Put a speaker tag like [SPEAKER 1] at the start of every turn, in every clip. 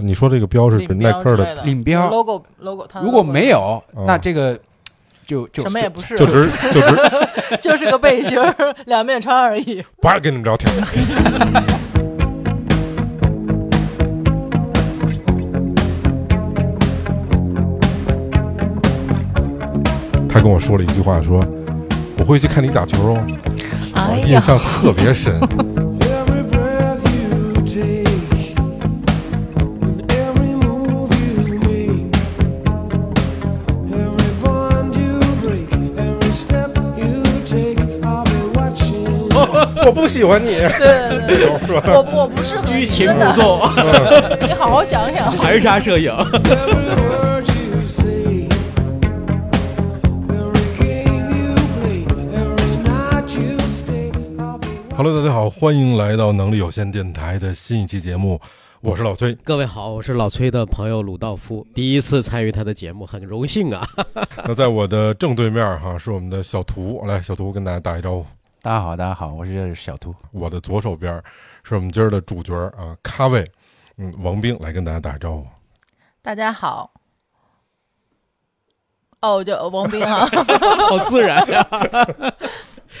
[SPEAKER 1] 你说这个标是指
[SPEAKER 2] 领
[SPEAKER 1] 耐
[SPEAKER 2] 标
[SPEAKER 1] 克
[SPEAKER 2] 之
[SPEAKER 1] 的
[SPEAKER 2] 类的
[SPEAKER 3] 领标
[SPEAKER 2] logo logo，它的
[SPEAKER 3] 啊如果
[SPEAKER 2] logo
[SPEAKER 3] 没有，哦
[SPEAKER 1] 嗯
[SPEAKER 3] 那这个就就
[SPEAKER 2] 什么也不是，
[SPEAKER 1] 就只就只
[SPEAKER 2] 就是个背心儿，两面穿而已。
[SPEAKER 1] 不爱跟你们聊天。他跟我说了一句话，说我会去看你打球哦，
[SPEAKER 2] 哎
[SPEAKER 1] 印象特别深。
[SPEAKER 4] Every breath you take and every move you make, every bond you break, every step you take, I'll be watching.
[SPEAKER 1] 我不喜欢你，
[SPEAKER 2] 对对
[SPEAKER 1] 我说
[SPEAKER 2] 对，我不我不适合你
[SPEAKER 5] 欲擒
[SPEAKER 2] 真
[SPEAKER 5] 故
[SPEAKER 2] 的，
[SPEAKER 5] 纵，
[SPEAKER 2] 你好好想想。
[SPEAKER 5] 含沙射影。
[SPEAKER 4] Every word you say, every game you play, every night you stay, I'll be watching.
[SPEAKER 1] Hello，大家好，欢迎来到能力有限电台的新一期节目，我是老崔。
[SPEAKER 5] 各位好，我是老崔的朋友鲁道夫，第一次参与他的节目，很荣幸 啊。
[SPEAKER 1] 那在我的正对面儿哈是我们的小图，来，小图跟大家打一招呼。
[SPEAKER 3] 大家好，大家好，我是小兔。
[SPEAKER 1] 我的左手边儿是我们今儿的主角儿啊，咖位，嗯，王冰来跟大家打招呼。
[SPEAKER 2] 大家好，哦，我叫王 斌啊，
[SPEAKER 5] 好自然啊呀、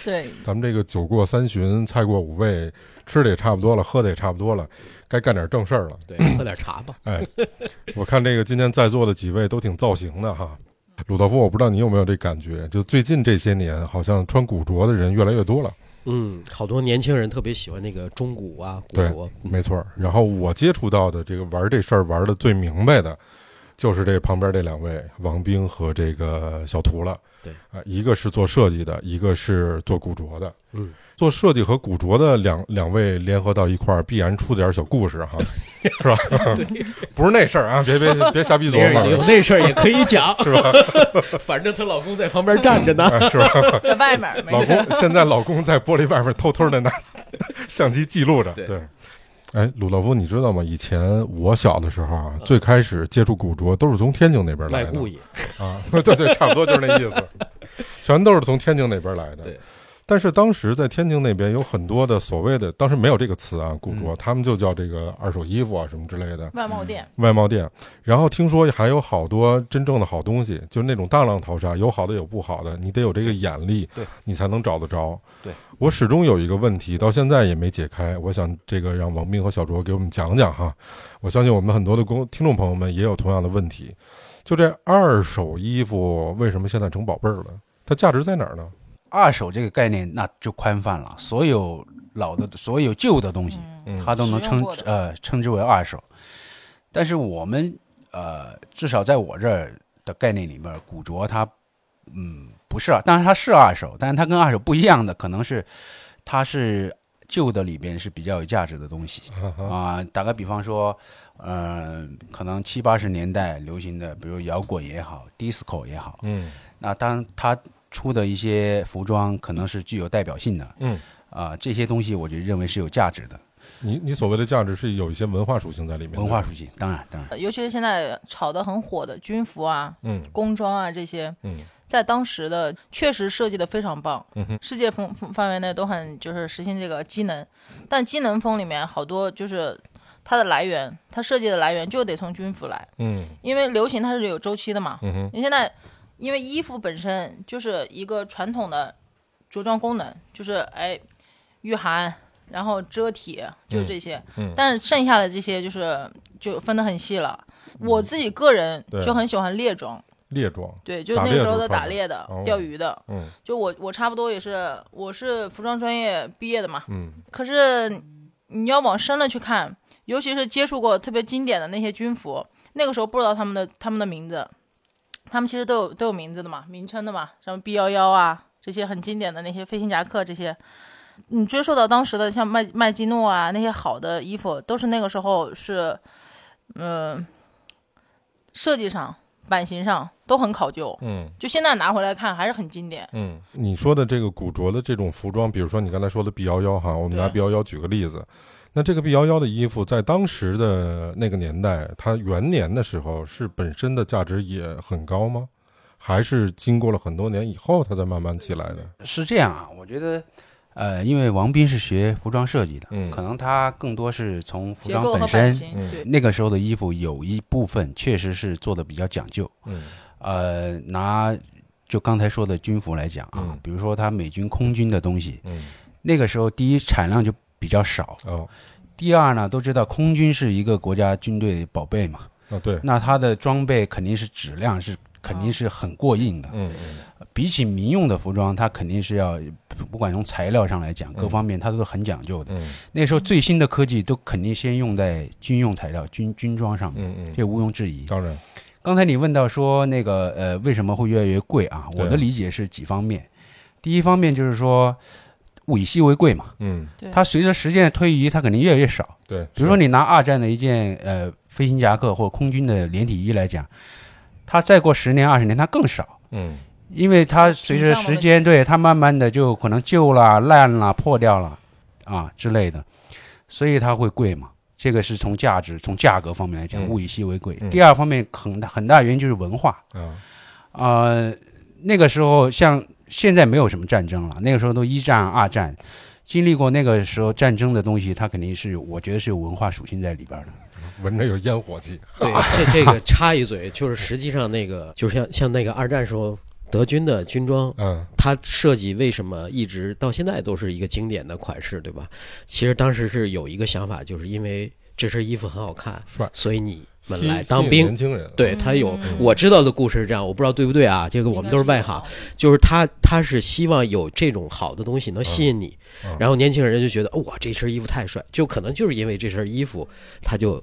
[SPEAKER 2] 对，
[SPEAKER 1] 咱们这个酒过三巡，菜过五味，吃的也差不多了，喝的也差不多了，该干点正事儿了。
[SPEAKER 5] 对，喝点茶吧。
[SPEAKER 1] 哎，我看这个今天在座的几位都挺造型的哈。鲁道夫，我不知道你有没有这感觉，就最近这些年，好像穿古着的人越来越多了。
[SPEAKER 5] 嗯，好多年轻人特别喜欢那个中古啊、古
[SPEAKER 1] 对
[SPEAKER 5] 着。
[SPEAKER 1] 没错儿。然后我接触到的这个玩这事儿玩的最明白的，就是这旁边这两位王冰和这个小图了。
[SPEAKER 5] 对
[SPEAKER 1] 啊、一个是做设计的，一个是做古着的。
[SPEAKER 5] 嗯，
[SPEAKER 1] 做设计和古着的两两位联合到一块儿，必然出点小故事 哈，是吧？ 不是那事儿啊，别别别瞎逼
[SPEAKER 5] 没
[SPEAKER 1] 琢
[SPEAKER 5] 人有
[SPEAKER 1] 磨。
[SPEAKER 5] 那事儿也可以 讲，
[SPEAKER 1] 是吧？
[SPEAKER 5] 反正她老公在旁边站着呢。
[SPEAKER 1] 哎 是吧？
[SPEAKER 2] 在外面儿没
[SPEAKER 1] 老
[SPEAKER 2] 事儿。
[SPEAKER 1] 公现在老公在玻璃外面偷偷的 拿相机记录着。
[SPEAKER 5] 对
[SPEAKER 1] 对，哎，鲁道夫，你知道吗？以前我小的时候啊，最开始接触古着都是从天津那边
[SPEAKER 5] 嗯卖
[SPEAKER 1] 来的
[SPEAKER 5] 故意，
[SPEAKER 1] 啊，对对，差不多就是那意 思，全都是从天津那边来的
[SPEAKER 5] 对。
[SPEAKER 1] 但是当时在天津那边有很多的所谓的，当时没有这个词啊，古
[SPEAKER 5] 嗯
[SPEAKER 1] 着，他们就叫这个二手衣服啊什么之类的
[SPEAKER 2] 外贸店，
[SPEAKER 1] 外贸店。然后听说还有好多真正的好东西，就是那种大浪淘沙，有好的有不好的，你得有这个眼力，
[SPEAKER 5] 对
[SPEAKER 1] 你才能找得着。
[SPEAKER 5] 对
[SPEAKER 1] 我始终有一个问题，到现在也没解开。我想这个让王斌和小卓给我们讲讲哈。我相信我们很多的公听众朋友们也有同样的问题，就这二手衣服为什么现在成宝贝儿了？它价值在哪儿呢？
[SPEAKER 3] 二手这个概念那就宽泛了，所有老的、所有旧的东西，
[SPEAKER 1] 嗯
[SPEAKER 3] 它都能
[SPEAKER 2] 使用
[SPEAKER 3] 称
[SPEAKER 2] 过的
[SPEAKER 3] 呃称之为二手。但是我们呃，至少在我这儿的概念里面，古着它嗯不是，啊，当然它是二手，但是它跟二手不一样的，可能是它是旧的里边是比较有价值的东西。啊、打个比方说，呃，可能七八十年代流行的，比如摇滚也好，disco 也好，
[SPEAKER 1] 嗯
[SPEAKER 3] 那当他出的一些服装可能是具有代表性的
[SPEAKER 1] 嗯，
[SPEAKER 3] 啊、这些东西我就认为是有价值的，
[SPEAKER 1] 你你所谓的价值是有一些文化属性在里面的。
[SPEAKER 3] 文化属性，当然当然，
[SPEAKER 2] 呃尤其是现在炒得很火的军服啊、
[SPEAKER 1] 嗯
[SPEAKER 2] 工装啊这些，
[SPEAKER 1] 嗯
[SPEAKER 2] 在当时的确实设计的非常棒，
[SPEAKER 1] 嗯哼
[SPEAKER 2] 世界风风范围内都很就是实行这个机能，但机能风里面好多就是它的来源，它设计的来源就得从军服来，
[SPEAKER 1] 嗯
[SPEAKER 2] 因为流行它是有周期的嘛。
[SPEAKER 1] 嗯哼
[SPEAKER 2] 你现在因为衣服本身就是一个传统的着装功能，就是哎御寒，然后遮体，就是这些。
[SPEAKER 1] 嗯
[SPEAKER 2] 但是剩下的这些就是就分得很细了。我自己个人
[SPEAKER 1] 嗯对
[SPEAKER 2] 就很喜欢猎装，
[SPEAKER 1] 猎装。
[SPEAKER 2] 对，就
[SPEAKER 1] 打
[SPEAKER 2] 那
[SPEAKER 1] 猎
[SPEAKER 2] 个时
[SPEAKER 1] 的
[SPEAKER 2] 候
[SPEAKER 1] 时候
[SPEAKER 2] 的打
[SPEAKER 1] 穿的
[SPEAKER 2] 猎的
[SPEAKER 1] 哦、
[SPEAKER 2] 钓鱼的，
[SPEAKER 1] 嗯
[SPEAKER 2] 就我我差不多也是，我是服装专业毕业的嘛，
[SPEAKER 1] 嗯
[SPEAKER 2] 可是你要往深了去看，尤其是接触过特别经典的那些军服，那个时候不知道他们的他们的名字，他们其实都有都有名字的嘛，名称的嘛，什么 B 幺幺啊，这些很经典的那些飞行夹克这些，你追溯到当时的像麦麦基诺啊那些好的衣服，都是那个时候是，嗯、设计上版型上都很考究，
[SPEAKER 1] 嗯。
[SPEAKER 2] 就现在拿回来看还是很经典。
[SPEAKER 1] 嗯，你说的这个古着的这种服装，比如说你刚才说的 B 幺幺哈，我们拿 B
[SPEAKER 2] 对
[SPEAKER 1] 幺幺举个例子，那这个 B 幺幺的衣服在当时的那个年代，它元年的时候是本身的价值也很高吗？还是经过了很多年以后，它才慢慢起来的？
[SPEAKER 3] 是这样啊，我觉得，呃，因为王斌是学服装设计的，
[SPEAKER 1] 嗯
[SPEAKER 3] 可能他更多是从服
[SPEAKER 2] 结
[SPEAKER 3] 装
[SPEAKER 2] 构和
[SPEAKER 3] 本
[SPEAKER 2] 版
[SPEAKER 3] 身
[SPEAKER 2] 型，
[SPEAKER 1] 嗯
[SPEAKER 2] 对，
[SPEAKER 3] 那个时候的衣服有一部分确实是做的比较讲究。
[SPEAKER 1] 嗯
[SPEAKER 3] 呃，拿就刚才说的军服来讲啊，
[SPEAKER 1] 嗯
[SPEAKER 3] 比如说它美军空军的东西，
[SPEAKER 1] 嗯，
[SPEAKER 3] 那个时候第一产量就比较少，
[SPEAKER 1] 哦
[SPEAKER 3] 第二呢，都知道空军是一个国家军队宝贝嘛，
[SPEAKER 1] 啊对，
[SPEAKER 3] 那它的装备肯定是质量是肯定是很过硬的，
[SPEAKER 1] 嗯嗯
[SPEAKER 3] 比起民用的服装，它肯定是要不管从材料上来讲，各方面它都是很讲究的。
[SPEAKER 1] 嗯
[SPEAKER 3] 那时候最新的科技都肯定先用在军用材料、军军装上面，
[SPEAKER 1] 嗯嗯，
[SPEAKER 3] 这毋庸置疑。
[SPEAKER 1] 当然，
[SPEAKER 3] 刚才你问到说那个呃为什么会越来越贵啊？
[SPEAKER 1] 对
[SPEAKER 3] 我的理解是几方面，第一方面就是说物以稀为贵嘛，
[SPEAKER 1] 嗯
[SPEAKER 2] 对
[SPEAKER 3] 它随着时间的推移，它肯定越来越少。
[SPEAKER 1] 对，
[SPEAKER 3] 比如说
[SPEAKER 1] 是
[SPEAKER 3] 你拿二战的一件呃飞行夹克或者空军的连体衣来讲，它再过十年二十年它更少，
[SPEAKER 1] 嗯
[SPEAKER 3] 因为它随着时间对它慢慢的就可能旧了、烂了、破掉了啊之类的，所以它会贵嘛。这个是从价值、从价格方面来讲，
[SPEAKER 1] 嗯
[SPEAKER 3] 物以稀为贵。
[SPEAKER 1] 嗯
[SPEAKER 3] 第二方面很大很大原因就是文化，
[SPEAKER 1] 啊
[SPEAKER 3] 呃，那个时候像现在没有什么战争了，那个时候都一战、二战，经历过那个时候战争的东西，它肯定是我觉得是有文化属性在里边的。
[SPEAKER 1] 闻着有烟火气，
[SPEAKER 5] 对，这这个插一嘴，就是实际上那个，就是像像那个二战时候德军的军装，
[SPEAKER 1] 嗯
[SPEAKER 5] 它设计为什么一直到现在都是一个经典的款式，对吧？其实当时是有一个想法，就是因为这身衣服很好看，
[SPEAKER 1] 帅，
[SPEAKER 5] 所以你们
[SPEAKER 1] 吸
[SPEAKER 5] 来
[SPEAKER 1] 吸
[SPEAKER 5] 当
[SPEAKER 1] 引
[SPEAKER 5] 兵
[SPEAKER 1] 年。轻人，
[SPEAKER 5] 对他有
[SPEAKER 2] 嗯，
[SPEAKER 5] 我知道的故事是这样，我不知道对不对啊？这个我们都是外行，就是他他是希望有这种好的东西能吸引你，
[SPEAKER 1] 嗯嗯
[SPEAKER 5] 然后年轻人就觉得哦，哇，这身衣服太帅，就可能就是因为这身衣服，他就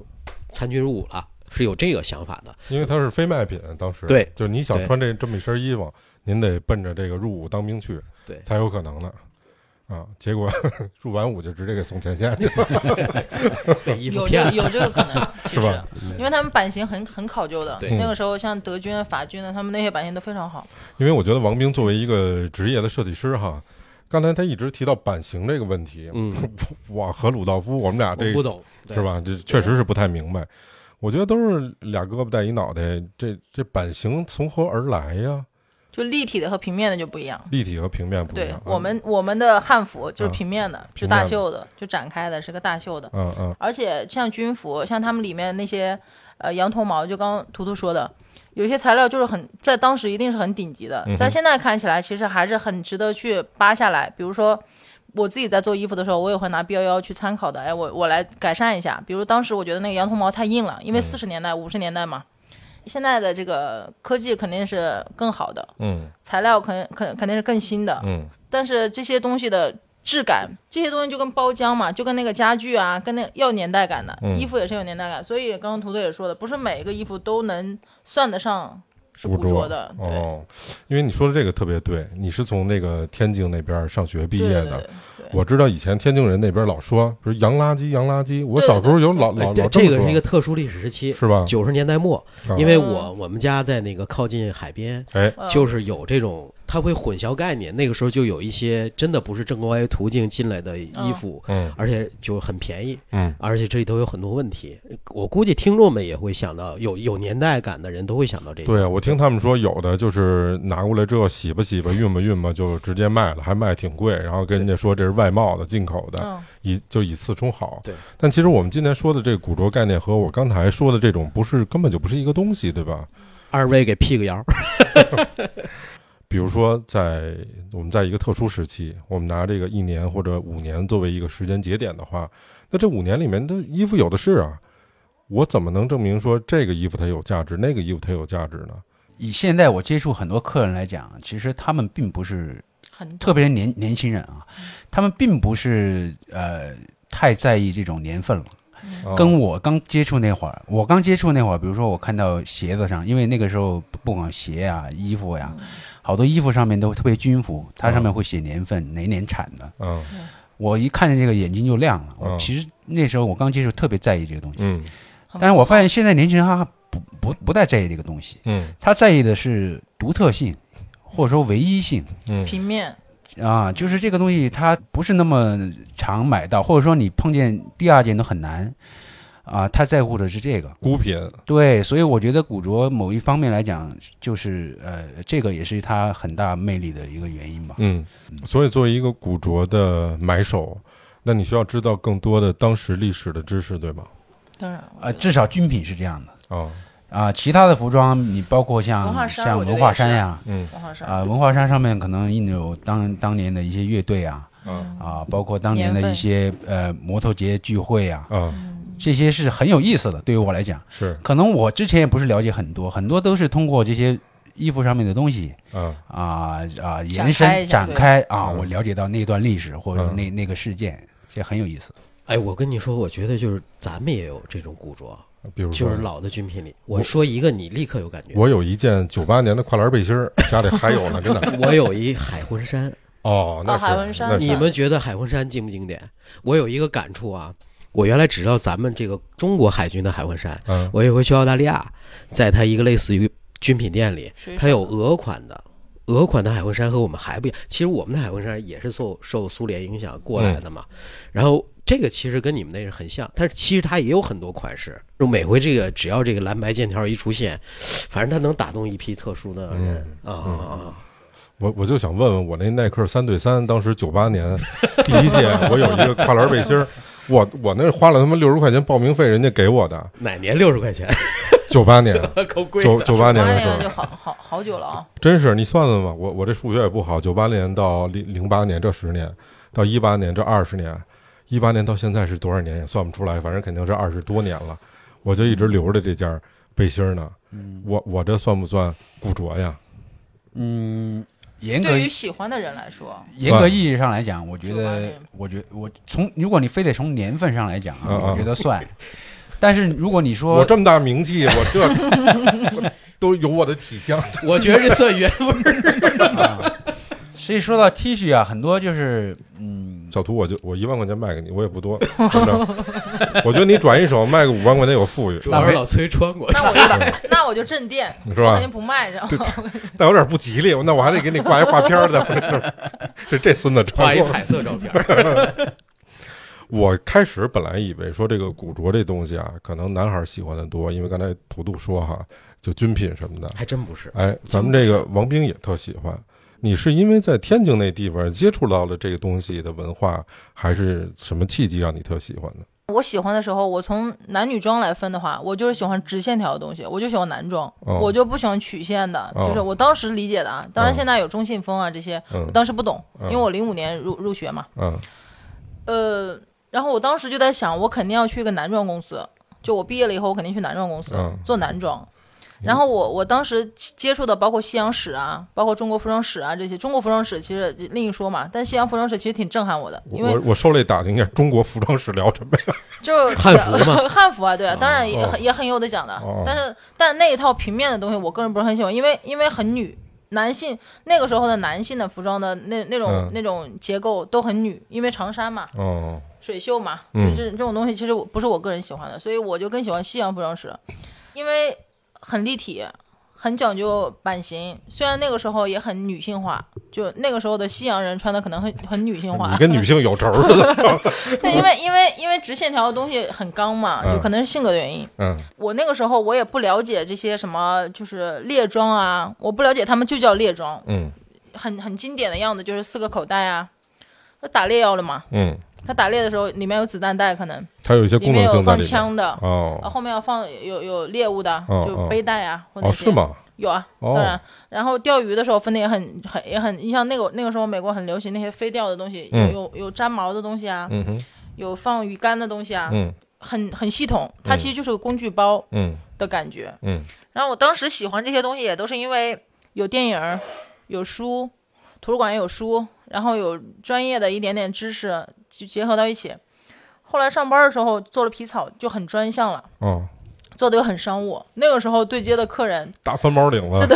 [SPEAKER 5] 参军入伍了，是有这个想法的。
[SPEAKER 1] 因为它是非卖品，当时
[SPEAKER 5] 对
[SPEAKER 1] 就是你想
[SPEAKER 5] 对
[SPEAKER 1] 穿这这么一身衣服，您得奔着这个入伍当兵去，
[SPEAKER 5] 对
[SPEAKER 1] 才有可能的。啊，结果 入完伍就直接给送前线去了。
[SPEAKER 5] 被衣服
[SPEAKER 2] 有
[SPEAKER 5] 骗
[SPEAKER 2] 这
[SPEAKER 5] 了，
[SPEAKER 2] 有这个可 能，其
[SPEAKER 1] 是吧
[SPEAKER 2] 实，因为他们版型很很考究的
[SPEAKER 5] 嗯对，嗯
[SPEAKER 2] 那个时候像德军啊、法军啊，他们那些版型都非常好。
[SPEAKER 1] 因为我觉得王兵作为一个职业的设计师哈，刚才他一直提到版型这个问题，
[SPEAKER 5] 嗯，
[SPEAKER 1] 我和鲁道夫我们俩
[SPEAKER 5] 我
[SPEAKER 1] 这
[SPEAKER 5] 不懂，对
[SPEAKER 1] 是？吧？这确实是不太明白。我觉得都是俩胳膊带一脑袋，这这版型从何而来呀？
[SPEAKER 2] 就立体的和平面的就不一样。
[SPEAKER 1] 立体和平面不一
[SPEAKER 2] 对
[SPEAKER 5] 嗯
[SPEAKER 1] 样。
[SPEAKER 2] 我们我们的汉服就是
[SPEAKER 1] 啊
[SPEAKER 2] 平面的，就
[SPEAKER 1] 平面
[SPEAKER 2] 大
[SPEAKER 1] 的
[SPEAKER 2] 袖的，就展开的，是个大袖的。
[SPEAKER 1] 嗯，嗯
[SPEAKER 2] 而且像军服，像他们里面那些呃羊驼毛，就刚刚图图说的，有些材料就是很在当时一定是很顶级的
[SPEAKER 1] 嗯，哼
[SPEAKER 2] 在现在看起来其实还是很值得去扒下来。比如说我自己在做衣服的时候，我也会拿 B 幺幺去参考的，哎，我我来改善一下。比如当时我觉得那个羊驼毛太硬了，因
[SPEAKER 1] 嗯
[SPEAKER 2] 为四十年代、五十年代嘛。现在的这个科技肯定是更好的，
[SPEAKER 1] 嗯
[SPEAKER 2] 材料肯肯肯定是更新的，
[SPEAKER 1] 嗯
[SPEAKER 2] 但是这些东西的质感，这些东西就跟包浆嘛，就跟那个家具啊，跟那要年代感的、
[SPEAKER 1] 嗯
[SPEAKER 2] 衣服也是有年代感。所以刚刚图图也说的，不是每一个衣服都能算得上是
[SPEAKER 1] 嗯，
[SPEAKER 2] 古着
[SPEAKER 1] 着
[SPEAKER 2] 的，对、
[SPEAKER 1] 哦，因为你说的这个特别对，你是从那个天津那边上学毕
[SPEAKER 2] 对
[SPEAKER 1] 业
[SPEAKER 2] 对
[SPEAKER 1] 的。
[SPEAKER 2] 对对
[SPEAKER 1] 我知道以前天津人那边老说，比如洋垃圾，洋垃圾。我
[SPEAKER 2] 对
[SPEAKER 1] 小时候有老
[SPEAKER 5] 哎
[SPEAKER 1] 老
[SPEAKER 5] 对
[SPEAKER 1] 老
[SPEAKER 5] 这
[SPEAKER 1] 么
[SPEAKER 5] 个是一
[SPEAKER 1] 说，
[SPEAKER 5] 个特殊历史时期，
[SPEAKER 1] 是吧？
[SPEAKER 5] 九十年代末，
[SPEAKER 1] 啊
[SPEAKER 5] 因为我我们家在那个靠近海边，
[SPEAKER 1] 哎，
[SPEAKER 2] 嗯
[SPEAKER 5] 就是有这种，它会混淆概念。那个时候就有一些真的不是正规途径进来的衣服，
[SPEAKER 1] 嗯
[SPEAKER 5] 而且就很便宜，
[SPEAKER 1] 嗯
[SPEAKER 5] 而且这里头有很多问题。我估计听众们也会想到，有有年代感的人都会想到这个。
[SPEAKER 1] 对啊，我听他们说，有的就是拿过来之后洗吧洗吧，熨吧熨吧，就直接卖了，还卖挺贵，然后跟人家说这是外贸的、进口的，
[SPEAKER 2] 嗯，
[SPEAKER 1] 以就以次充好。
[SPEAKER 5] 对，
[SPEAKER 1] 但其实我们今天说的这个古着概念和我刚才说的这种不是根本就不是一个东西，对吧？
[SPEAKER 5] 二位给辟个谣，
[SPEAKER 1] 比如说在我们在一个特殊时期，我们拿这个一年或者五年作为一个时间节点的话，那这五年里面的衣服有的是啊，我怎么能证明说这个衣服它有价值，那个衣服它有价值呢？
[SPEAKER 3] 以现在我接触很多客人来讲，其实他们并不是，
[SPEAKER 2] 很
[SPEAKER 3] 特别是年年轻人啊，
[SPEAKER 1] 嗯
[SPEAKER 3] 他们并不是呃太在意这种年份了。
[SPEAKER 1] 啊
[SPEAKER 3] 跟我刚接触那会儿，我刚接触那会儿，比如说我看到鞋子上，因为那个时候不不管鞋啊、衣服呀、
[SPEAKER 1] 嗯
[SPEAKER 3] 好多衣服上面都特别军服，它上面会写年份，哪年产的。
[SPEAKER 1] 嗯
[SPEAKER 3] 我一看见这个眼睛就亮了。
[SPEAKER 1] 嗯
[SPEAKER 3] 我其实那时候我刚接触，特别在意这个东西。
[SPEAKER 1] 嗯
[SPEAKER 2] 很
[SPEAKER 3] 但是我发现现在年轻人他不不不太在意这个东西，
[SPEAKER 1] 嗯
[SPEAKER 3] 他在意的是独特性，或者说唯一性。
[SPEAKER 1] 嗯
[SPEAKER 2] 平面，
[SPEAKER 3] 啊，就是这个东西它不是那么常买到，或者说你碰见第二件都很难。啊、他在乎的是这个。
[SPEAKER 1] 孤品，
[SPEAKER 3] 对，所以我觉得古着某一方面来讲，就是呃，这个也是他很大魅力的一个原因吧。
[SPEAKER 1] 嗯，所以作为一个古着的买手，那你需要知道更多的当时历史的知识，对吗？
[SPEAKER 2] 当然，我
[SPEAKER 3] 啊，
[SPEAKER 2] 觉得
[SPEAKER 3] 至少军品是这样的
[SPEAKER 1] 啊，
[SPEAKER 3] 啊、其他的服装你包括
[SPEAKER 2] 文化
[SPEAKER 3] 像
[SPEAKER 2] 衫
[SPEAKER 3] 像
[SPEAKER 2] 我觉得
[SPEAKER 3] 文化
[SPEAKER 2] 也是
[SPEAKER 3] 衫呀，
[SPEAKER 1] 嗯
[SPEAKER 2] 文化衫
[SPEAKER 3] 啊、文化衫上面可能印有当当年的一些乐队啊，
[SPEAKER 1] 啊
[SPEAKER 3] 啊，包括当年
[SPEAKER 2] 年
[SPEAKER 3] 的
[SPEAKER 2] 份
[SPEAKER 3] 一些呃摩托节聚会啊，
[SPEAKER 1] 啊，
[SPEAKER 3] 这些是很有意思的。对于我来讲，
[SPEAKER 1] 是
[SPEAKER 3] 可能我之前也不是了解很多，很多都是通过这些衣服上面的东西
[SPEAKER 1] 啊，
[SPEAKER 3] 啊啊
[SPEAKER 2] 展
[SPEAKER 3] 延
[SPEAKER 2] 开
[SPEAKER 3] 伸
[SPEAKER 2] 一下
[SPEAKER 3] 展开啊，
[SPEAKER 1] 嗯
[SPEAKER 3] 我了解到那段历史或者
[SPEAKER 1] 嗯
[SPEAKER 3] 那那个事件，这很有意思。
[SPEAKER 5] 哎，我跟你说，我觉得就是咱们也有这种古着，
[SPEAKER 1] 比如
[SPEAKER 5] 就
[SPEAKER 1] 说
[SPEAKER 5] 是老的军品里，我说一个，你立刻有感觉。
[SPEAKER 1] 嗯我有一件九八年的跨栏背心儿，家里还有呢，真的。
[SPEAKER 5] 我有一海魂衫，
[SPEAKER 1] 哦，那
[SPEAKER 2] 哦
[SPEAKER 1] 是
[SPEAKER 2] 海文山
[SPEAKER 1] 那是
[SPEAKER 5] 你们觉得海魂衫经不经典？我有一个感触啊，我原来只知道咱们这个中国海军的海魂衫，
[SPEAKER 1] 嗯
[SPEAKER 5] 我有一回去澳大利亚，在它一个类似于军品店里，
[SPEAKER 2] 水
[SPEAKER 5] 它
[SPEAKER 2] 手
[SPEAKER 5] 有俄款的，俄款的海魂衫和我们还不一样。其实我们的海魂衫也是受受苏联影响过来的嘛。然后这个其实跟你们那是很像，但是其实它也有很多款式。就每回这个只要这个蓝白剑条一出现，反正它能打动一批特殊的人、啊啊啊！
[SPEAKER 1] 我我就想问问我那耐克三对三，当时九八年第一届，我有一个跨栏背心儿，我我那花了他妈六十块钱报名费，人家给我的
[SPEAKER 5] 哪年六十块钱
[SPEAKER 1] 九八年
[SPEAKER 5] 够贵
[SPEAKER 1] 九
[SPEAKER 5] 的。
[SPEAKER 1] 九八
[SPEAKER 2] 八
[SPEAKER 1] 年的时
[SPEAKER 2] 年就
[SPEAKER 1] 候，
[SPEAKER 2] 好好好久了啊，
[SPEAKER 1] 真是你算算吧，我我这数学也不好，九八年到零零八年这十年，到一八年这二十年，一八年到现在是多少年也算不出来，反正肯定是二十多年了，我就一直留着这件背心儿呢，
[SPEAKER 5] 嗯
[SPEAKER 1] 我我这算不算古着呀？
[SPEAKER 3] 嗯，严格
[SPEAKER 2] 对于喜欢的人来说，
[SPEAKER 3] 严格意义上来讲，我觉
[SPEAKER 2] 九八
[SPEAKER 3] 得
[SPEAKER 2] 年，
[SPEAKER 3] 我觉我从如果你非得从年份上来讲啊，
[SPEAKER 1] 嗯嗯
[SPEAKER 3] 我觉得算。但是如果你
[SPEAKER 1] 我
[SPEAKER 3] 说
[SPEAKER 1] 这么大名气，我这我都有我的体香。
[SPEAKER 5] 我觉得这算原味儿。
[SPEAKER 3] 所以说到 T 恤啊，很多就是嗯，
[SPEAKER 1] 小图，我就我一万块钱卖给你，我也不多，真的。我觉得你转一手卖个五万块钱有富裕，
[SPEAKER 5] 主要是老崔穿 过，
[SPEAKER 2] 那我就那我就镇店，
[SPEAKER 1] 是
[SPEAKER 2] 我
[SPEAKER 1] 吧
[SPEAKER 2] 肯？
[SPEAKER 5] 哎
[SPEAKER 2] 定不卖，然后
[SPEAKER 1] 对但有点不吉利，那我还得给你挂一画片儿在我这 儿。这这孙子
[SPEAKER 5] 画
[SPEAKER 1] 穿
[SPEAKER 5] 一
[SPEAKER 1] 过。
[SPEAKER 5] 彩色照片。
[SPEAKER 1] 我开始本来以为说这个古着这东西啊，可能男孩儿喜欢的多，因为刚才图图说哈，就军品什么的。
[SPEAKER 5] 还真不是，
[SPEAKER 1] 哎，咱们这个王兵也特喜欢。你是因为在天津那地方接触到了这个东西的文化，还是什么契机让你特喜欢的？
[SPEAKER 2] 我喜欢的时候，我从男女装来分的话，我就是喜欢直线条的东西，我就喜欢男装，
[SPEAKER 1] 哦
[SPEAKER 2] 我就不喜欢曲线的，
[SPEAKER 1] 哦
[SPEAKER 2] 就是我当时理解的啊。当然
[SPEAKER 1] 嗯
[SPEAKER 2] 现在有中性风啊这些，
[SPEAKER 1] 嗯
[SPEAKER 2] 我当时不懂，
[SPEAKER 1] 嗯
[SPEAKER 2] 因为我零五年入入学嘛，
[SPEAKER 1] 嗯
[SPEAKER 2] 呃，然后我当时就在想，我肯定要去一个男装公司，就我毕业了以后，我肯定去男装公司、
[SPEAKER 1] 嗯
[SPEAKER 2] 做男装。然后我我当时接触的包括西洋史啊，包括中国服装史啊这些，中国服装史其实另一说嘛，但西洋服装史其实挺震撼我的，因为
[SPEAKER 1] 我我受累打听一下中国服装史聊什么呀？
[SPEAKER 2] 就是
[SPEAKER 5] 汉服嘛，
[SPEAKER 2] 汉服啊，对啊，当然也
[SPEAKER 1] 哦
[SPEAKER 2] 很也很有得讲的
[SPEAKER 1] 哦，
[SPEAKER 2] 但是但那一套平面的东西，我个人不是很喜欢，因为因为很女。男性那个时候的男性的服装的那那种
[SPEAKER 1] 嗯
[SPEAKER 2] 那种结构都很女，因为长衫嘛，
[SPEAKER 1] 哦，
[SPEAKER 2] 水袖嘛，就
[SPEAKER 1] 嗯
[SPEAKER 2] 是这种东西其实我不是我个人喜欢的，所以我就更喜欢西洋服装史，因为很立体，很讲究版型。虽然那个时候也很女性化，就那个时候的西洋人穿的可能很很女性化
[SPEAKER 1] 你，跟女性有仇似的。
[SPEAKER 2] 对，因为因为因为直线条的东西很刚嘛，
[SPEAKER 1] 嗯
[SPEAKER 2] 就可能是性格的原因。
[SPEAKER 1] 嗯
[SPEAKER 2] 我那个时候我也不了解这些什么就是列装啊，我不了解他们就叫列装，
[SPEAKER 1] 嗯
[SPEAKER 2] 很很经典的样子就是四个口袋啊，那打猎要了嘛，
[SPEAKER 1] 嗯，
[SPEAKER 2] 他打猎的时候里面有子弹袋可能。
[SPEAKER 1] 它有一些
[SPEAKER 2] 里
[SPEAKER 1] 功
[SPEAKER 2] 面
[SPEAKER 1] 能
[SPEAKER 2] 有
[SPEAKER 1] 性在
[SPEAKER 2] 放
[SPEAKER 1] 里面。
[SPEAKER 2] 枪的，啊，
[SPEAKER 1] 哦
[SPEAKER 2] 后面要放有有猎物的，
[SPEAKER 1] 哦
[SPEAKER 2] 就背带啊或者
[SPEAKER 1] 哦，
[SPEAKER 2] 那些
[SPEAKER 1] 是？吗？
[SPEAKER 2] 有啊，
[SPEAKER 1] 哦
[SPEAKER 2] 当然。然后钓鱼的时候分的也很很也很，你像那个那个时候美国很流行那些飞钓的东西，有
[SPEAKER 1] 嗯
[SPEAKER 2] 有有粘毛的东西啊，
[SPEAKER 1] 嗯哼，
[SPEAKER 2] 有放鱼竿的东西啊，
[SPEAKER 1] 嗯
[SPEAKER 2] 很很系统。它其实就是个工具包
[SPEAKER 1] 嗯
[SPEAKER 2] 的感觉。
[SPEAKER 1] 嗯
[SPEAKER 2] 然后我当时喜欢这些东西也都是因为有电影儿、有书，图书馆也有书，然后有专业的一点点知识就结合到一起。后来上班的时候做了皮草，就很专项了。
[SPEAKER 1] 哦，
[SPEAKER 2] 做的又很商务。那个时候对接的客人，
[SPEAKER 1] 大翻毛领了。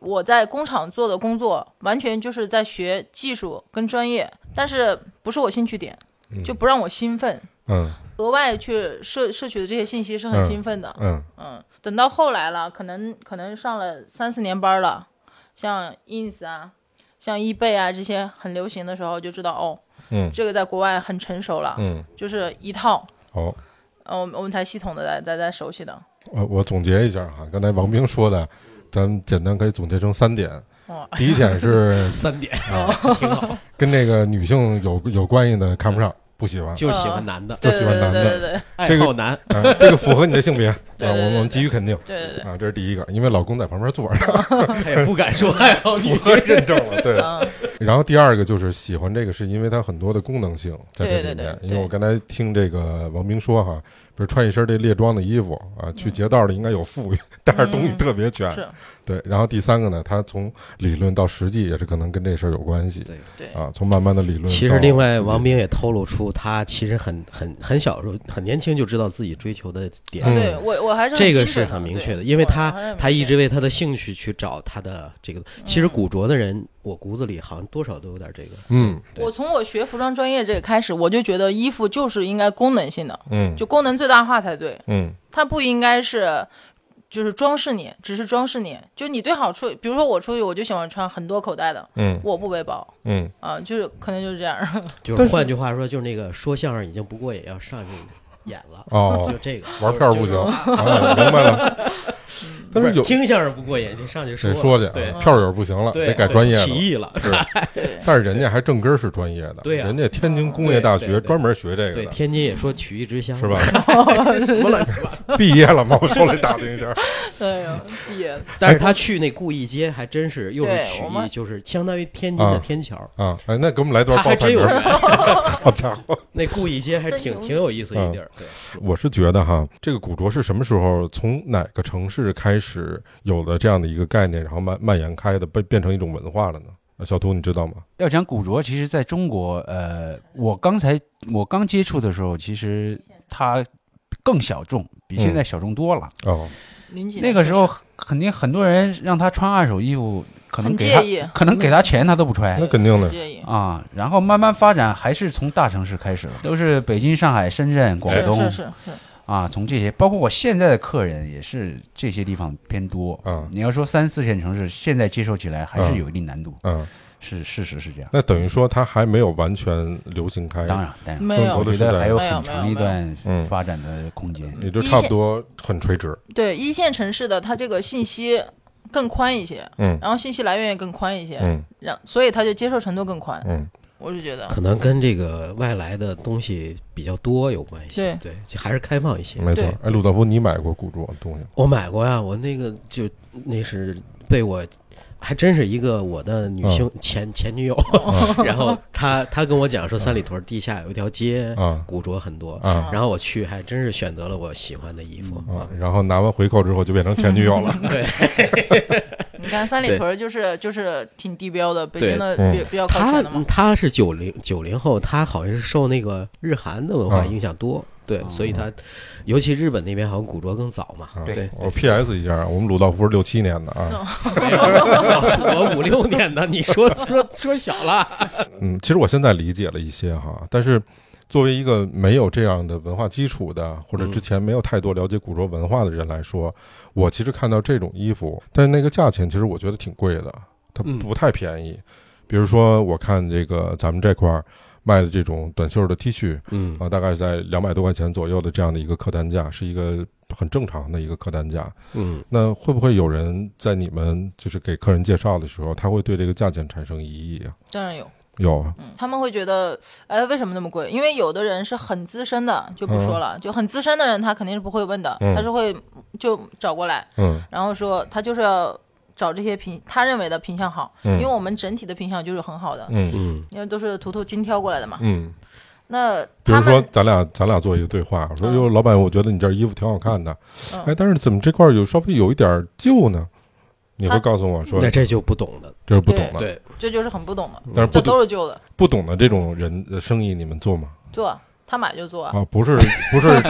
[SPEAKER 2] 我在工厂做的工作，完全就是在学技术跟专业，但是不是我兴趣点，就不让我兴奋。
[SPEAKER 1] 嗯
[SPEAKER 2] 额外去摄摄取的这些信息是很
[SPEAKER 1] 嗯
[SPEAKER 2] 兴奋的，
[SPEAKER 1] 嗯
[SPEAKER 2] 嗯等到后来了，可能可能上了三四年班了，像 ins 啊，像 ebay 啊这些很流行的时候，就知道哦，
[SPEAKER 1] 嗯
[SPEAKER 2] 这个在国外很成熟了，
[SPEAKER 1] 嗯，
[SPEAKER 2] 就是一套
[SPEAKER 1] 哦，
[SPEAKER 2] 呃，我们我们才系统的在在在熟悉的。
[SPEAKER 1] 呃，我总结一下哈，刚才王冰说的，咱们简单可以总结成三点。
[SPEAKER 2] 哦，
[SPEAKER 1] 第一点是
[SPEAKER 5] 三点
[SPEAKER 1] 啊，
[SPEAKER 5] 挺好，
[SPEAKER 1] 跟这个女性有有关系的看不上，不喜欢。
[SPEAKER 5] 就是喜欢男的，
[SPEAKER 1] 就
[SPEAKER 2] 对
[SPEAKER 1] 喜
[SPEAKER 2] 对
[SPEAKER 1] 欢
[SPEAKER 2] 对
[SPEAKER 1] 男的
[SPEAKER 2] 嗯对对对
[SPEAKER 5] 爱
[SPEAKER 1] 这个
[SPEAKER 5] 好男，
[SPEAKER 1] 啊，这个符合你的 性别啊，我
[SPEAKER 2] 对对对
[SPEAKER 1] 们我们
[SPEAKER 2] 对
[SPEAKER 1] 给予肯定
[SPEAKER 2] 对对对，
[SPEAKER 1] 啊，这是第一个，因为老公在旁边坐 着，
[SPEAKER 5] 他也不敢说爱好女
[SPEAKER 1] 符。合认证了，对。
[SPEAKER 2] 嗯，
[SPEAKER 1] 然后第二个就是喜欢这个，是因为它很多的功能性在这里
[SPEAKER 2] 对对
[SPEAKER 1] 面因
[SPEAKER 2] 对。对
[SPEAKER 1] 为我刚才听这个王明说哈，比如穿一身这列装的衣服啊，去街道里应该有富裕， 但是东西特别全。
[SPEAKER 2] 嗯
[SPEAKER 5] 嗯
[SPEAKER 2] 是
[SPEAKER 1] 对。然后第三个呢，它从理论到实际也是可能跟这事儿有关系
[SPEAKER 5] 对
[SPEAKER 2] 对
[SPEAKER 1] 啊，从慢慢的理论到实际。
[SPEAKER 5] 其实，另外王冰也透露出，他其实很很很小时候，很年轻就知道自己追求的点，
[SPEAKER 1] 嗯
[SPEAKER 2] 啊对我我还是
[SPEAKER 5] 这
[SPEAKER 2] 精
[SPEAKER 5] 个
[SPEAKER 2] 准
[SPEAKER 5] 是
[SPEAKER 2] 的
[SPEAKER 5] 很明
[SPEAKER 2] 对
[SPEAKER 5] 确的，因为
[SPEAKER 2] 我
[SPEAKER 5] 他
[SPEAKER 2] 还是很
[SPEAKER 5] 他
[SPEAKER 2] 明
[SPEAKER 5] 一
[SPEAKER 2] 确
[SPEAKER 5] 直为他的兴趣去找他的这个。其实
[SPEAKER 2] 嗯
[SPEAKER 5] 古着的人，我骨子里好像多少都有点这个。
[SPEAKER 1] 嗯
[SPEAKER 5] 对
[SPEAKER 2] 我从我学服装专业这个开始，我就觉得衣服就是应该功能性的，
[SPEAKER 1] 嗯
[SPEAKER 2] 就功能最大化才对，
[SPEAKER 1] 嗯
[SPEAKER 2] 它不应该是就是装饰你，只是装饰你。就你最好出，比如说我出去，我就喜欢穿很多口袋的，
[SPEAKER 1] 嗯
[SPEAKER 2] 我不背包
[SPEAKER 1] 嗯，
[SPEAKER 2] 啊、就是可能就是这样。
[SPEAKER 5] 就是换句话说，就是那个说相声已经不过瘾，要上去演了，
[SPEAKER 1] 哦
[SPEAKER 5] 就，这嗯个
[SPEAKER 1] 玩票不行，
[SPEAKER 5] 就是
[SPEAKER 1] 啊明白了。但是有
[SPEAKER 5] 听相声不过瘾，就上去
[SPEAKER 1] 得
[SPEAKER 5] 说
[SPEAKER 1] 说去
[SPEAKER 5] 对
[SPEAKER 1] 啊，票友不行了，
[SPEAKER 5] 对
[SPEAKER 1] 得改专业
[SPEAKER 5] 起
[SPEAKER 1] 了。
[SPEAKER 5] 义了，
[SPEAKER 1] 是，
[SPEAKER 2] 对，
[SPEAKER 1] 但是人家还正根儿是专业的，
[SPEAKER 5] 对呀
[SPEAKER 1] 人家天津工业大
[SPEAKER 5] 对对
[SPEAKER 1] 学
[SPEAKER 5] 对
[SPEAKER 1] 专门学这个
[SPEAKER 5] 对，
[SPEAKER 1] 的，
[SPEAKER 5] 天津也说曲艺之乡
[SPEAKER 1] 是吧？？
[SPEAKER 5] 什么乱七八糟。
[SPEAKER 1] 毕业了吗？我手里打听一 下。
[SPEAKER 2] 对呀，哎毕业了。
[SPEAKER 5] 但是他去那故意街还真是又是
[SPEAKER 2] 对
[SPEAKER 5] 曲
[SPEAKER 2] 我们
[SPEAKER 5] 艺，就是相当于天津的
[SPEAKER 1] 啊
[SPEAKER 5] 天桥，
[SPEAKER 1] 啊，哎，那给我们来段
[SPEAKER 5] 他
[SPEAKER 1] 报
[SPEAKER 5] 还
[SPEAKER 1] 菜
[SPEAKER 5] 真
[SPEAKER 1] 名
[SPEAKER 5] 有
[SPEAKER 1] 儿。
[SPEAKER 5] 缘。
[SPEAKER 1] 好家伙，
[SPEAKER 5] 那故意街还
[SPEAKER 2] 真
[SPEAKER 5] 挺
[SPEAKER 2] 有
[SPEAKER 5] 挺有意思一地儿，对，
[SPEAKER 1] 我是觉得哈，这个古着是什么时候从哪个城市开始有了这样的一个概念，然后蔓蔓延开的，变变成一种文化了呢？啊小图你知道吗？
[SPEAKER 3] 要讲古着，其实在中国，呃，我刚才我刚接触的时候，其实它更小众，比现在小众多了。
[SPEAKER 1] 哦，
[SPEAKER 2] 零几
[SPEAKER 3] 那
[SPEAKER 2] 年
[SPEAKER 3] 个
[SPEAKER 2] 嗯确
[SPEAKER 3] 时候
[SPEAKER 2] 实
[SPEAKER 3] 肯定很多人让他穿二手衣服，可能
[SPEAKER 2] 很
[SPEAKER 3] 给
[SPEAKER 2] 介意
[SPEAKER 3] 他可能给他钱他都不穿
[SPEAKER 1] 那肯定的
[SPEAKER 2] 介意。
[SPEAKER 3] 啊。然后慢慢发展，还是从大城市开始了，都是北京、上海、深圳、广
[SPEAKER 2] 是
[SPEAKER 3] 东
[SPEAKER 2] 是是是，
[SPEAKER 3] 啊，从这些，包括我现在的客人也是这些地方偏多。
[SPEAKER 1] 啊
[SPEAKER 3] 你要说三四线城市，现在接受起来还
[SPEAKER 1] 嗯
[SPEAKER 3] 是有一定难度，
[SPEAKER 1] 嗯，
[SPEAKER 3] 是事实是这样。
[SPEAKER 1] 那等于说它还没有完全流行开，
[SPEAKER 3] 当，然，当然。
[SPEAKER 2] 没
[SPEAKER 1] 更
[SPEAKER 2] 有
[SPEAKER 1] 多
[SPEAKER 3] 哎我
[SPEAKER 1] 的
[SPEAKER 3] 觉
[SPEAKER 1] 是在
[SPEAKER 3] 得还啊有嗯
[SPEAKER 2] 没有
[SPEAKER 3] 很
[SPEAKER 2] 没
[SPEAKER 3] 长
[SPEAKER 2] 有
[SPEAKER 3] 一
[SPEAKER 2] 没有
[SPEAKER 3] 段
[SPEAKER 1] 嗯
[SPEAKER 3] 发展的空间。
[SPEAKER 1] 也就差不多很垂直。
[SPEAKER 2] 对一线城市的它这个信息更宽一些，
[SPEAKER 1] 嗯
[SPEAKER 2] 然后信息来源也更宽一些，
[SPEAKER 1] 嗯
[SPEAKER 2] 让所以它就接受程度更宽。
[SPEAKER 1] 嗯，
[SPEAKER 2] 我就觉得，
[SPEAKER 5] 可能跟这个外来的东西比较多有关系，
[SPEAKER 2] 对
[SPEAKER 5] 对，就还是开放一些。
[SPEAKER 1] 没错
[SPEAKER 2] 对。
[SPEAKER 1] 哎，鲁道夫，你买过古着东西吗？
[SPEAKER 5] 我买过呀，我那个就那是被我。还真是一个我的女性前前女友， 然后她她跟我讲说三里屯地下有一条街，
[SPEAKER 1] 啊
[SPEAKER 5] 古着很多，
[SPEAKER 1] 啊
[SPEAKER 2] 嗯
[SPEAKER 5] 然后我去还真是选择了我喜欢的衣服
[SPEAKER 1] 啊！然后拿完回扣之后就变成前女友了。
[SPEAKER 2] 你看三里
[SPEAKER 5] 对
[SPEAKER 2] 屯儿就是就是挺地标的，北
[SPEAKER 5] 对
[SPEAKER 2] 京的
[SPEAKER 1] 嗯
[SPEAKER 2] 比比较靠
[SPEAKER 5] 他
[SPEAKER 2] 前的嘛。
[SPEAKER 5] 他是九零九零后，他好像是受那个日韩的文化影响多，对，所以他尤其日本那边好像古着更早嘛，
[SPEAKER 1] 啊
[SPEAKER 5] 对，
[SPEAKER 1] 我 PS 一下，我们鲁道夫是六七年的啊。
[SPEAKER 5] 我五六年的，你说说说小了，
[SPEAKER 1] 嗯，其实我现在理解了一些哈，但是作为一个没有这样的文化基础的，或者之
[SPEAKER 5] 嗯
[SPEAKER 1] 前没有太多了解古着文化的人来说，我其实看到这种衣服，但是那个价钱其实我觉得挺贵的，它
[SPEAKER 5] 嗯
[SPEAKER 1] 不太便宜。比如说，我看这个咱们这块儿卖的这种短袖的 T 恤，
[SPEAKER 5] 嗯
[SPEAKER 1] 啊，大概在两百多块钱左右的这样的一个客单价，是一个很正常的一个客单价。
[SPEAKER 5] 嗯，
[SPEAKER 1] 那会不会有人在你们就是给客人介绍的时候，他会对这个价钱产生疑义啊？
[SPEAKER 2] 当然有，
[SPEAKER 1] 有啊，
[SPEAKER 2] 嗯，他们会觉得，哎，为什么那么贵？因为有的人是很资深的，就不说了，就很资深的人，他肯定是不会问的，
[SPEAKER 1] 嗯
[SPEAKER 2] 他是会就找过来，
[SPEAKER 1] 嗯
[SPEAKER 2] 然后说他就是要找这些品，他认为的品相好，
[SPEAKER 1] 嗯
[SPEAKER 2] 因为我们整体的品相就是很好的，
[SPEAKER 1] 嗯
[SPEAKER 5] 嗯
[SPEAKER 2] 因为都是图图精挑过来的嘛。
[SPEAKER 1] 嗯，
[SPEAKER 2] 那
[SPEAKER 1] 比
[SPEAKER 2] 他
[SPEAKER 1] 如
[SPEAKER 2] 们
[SPEAKER 1] 说咱俩咱俩做一个对话，我说
[SPEAKER 2] 嗯
[SPEAKER 1] 哟，老板，我觉得你这衣服挺好看的，
[SPEAKER 2] 嗯
[SPEAKER 1] 哎，但是怎么这块儿有稍微有一点儿旧呢？你会
[SPEAKER 2] 他
[SPEAKER 1] 告诉我说
[SPEAKER 5] 那这就不嗯懂的，
[SPEAKER 1] 这是不懂的，
[SPEAKER 5] 对，
[SPEAKER 2] 这就是很不懂的，
[SPEAKER 1] 但是不
[SPEAKER 2] 这
[SPEAKER 1] 懂
[SPEAKER 2] 都是旧的，
[SPEAKER 1] 不懂的这种人的生意你们做吗？
[SPEAKER 2] 做他买就做，
[SPEAKER 1] 啊，不是不 是，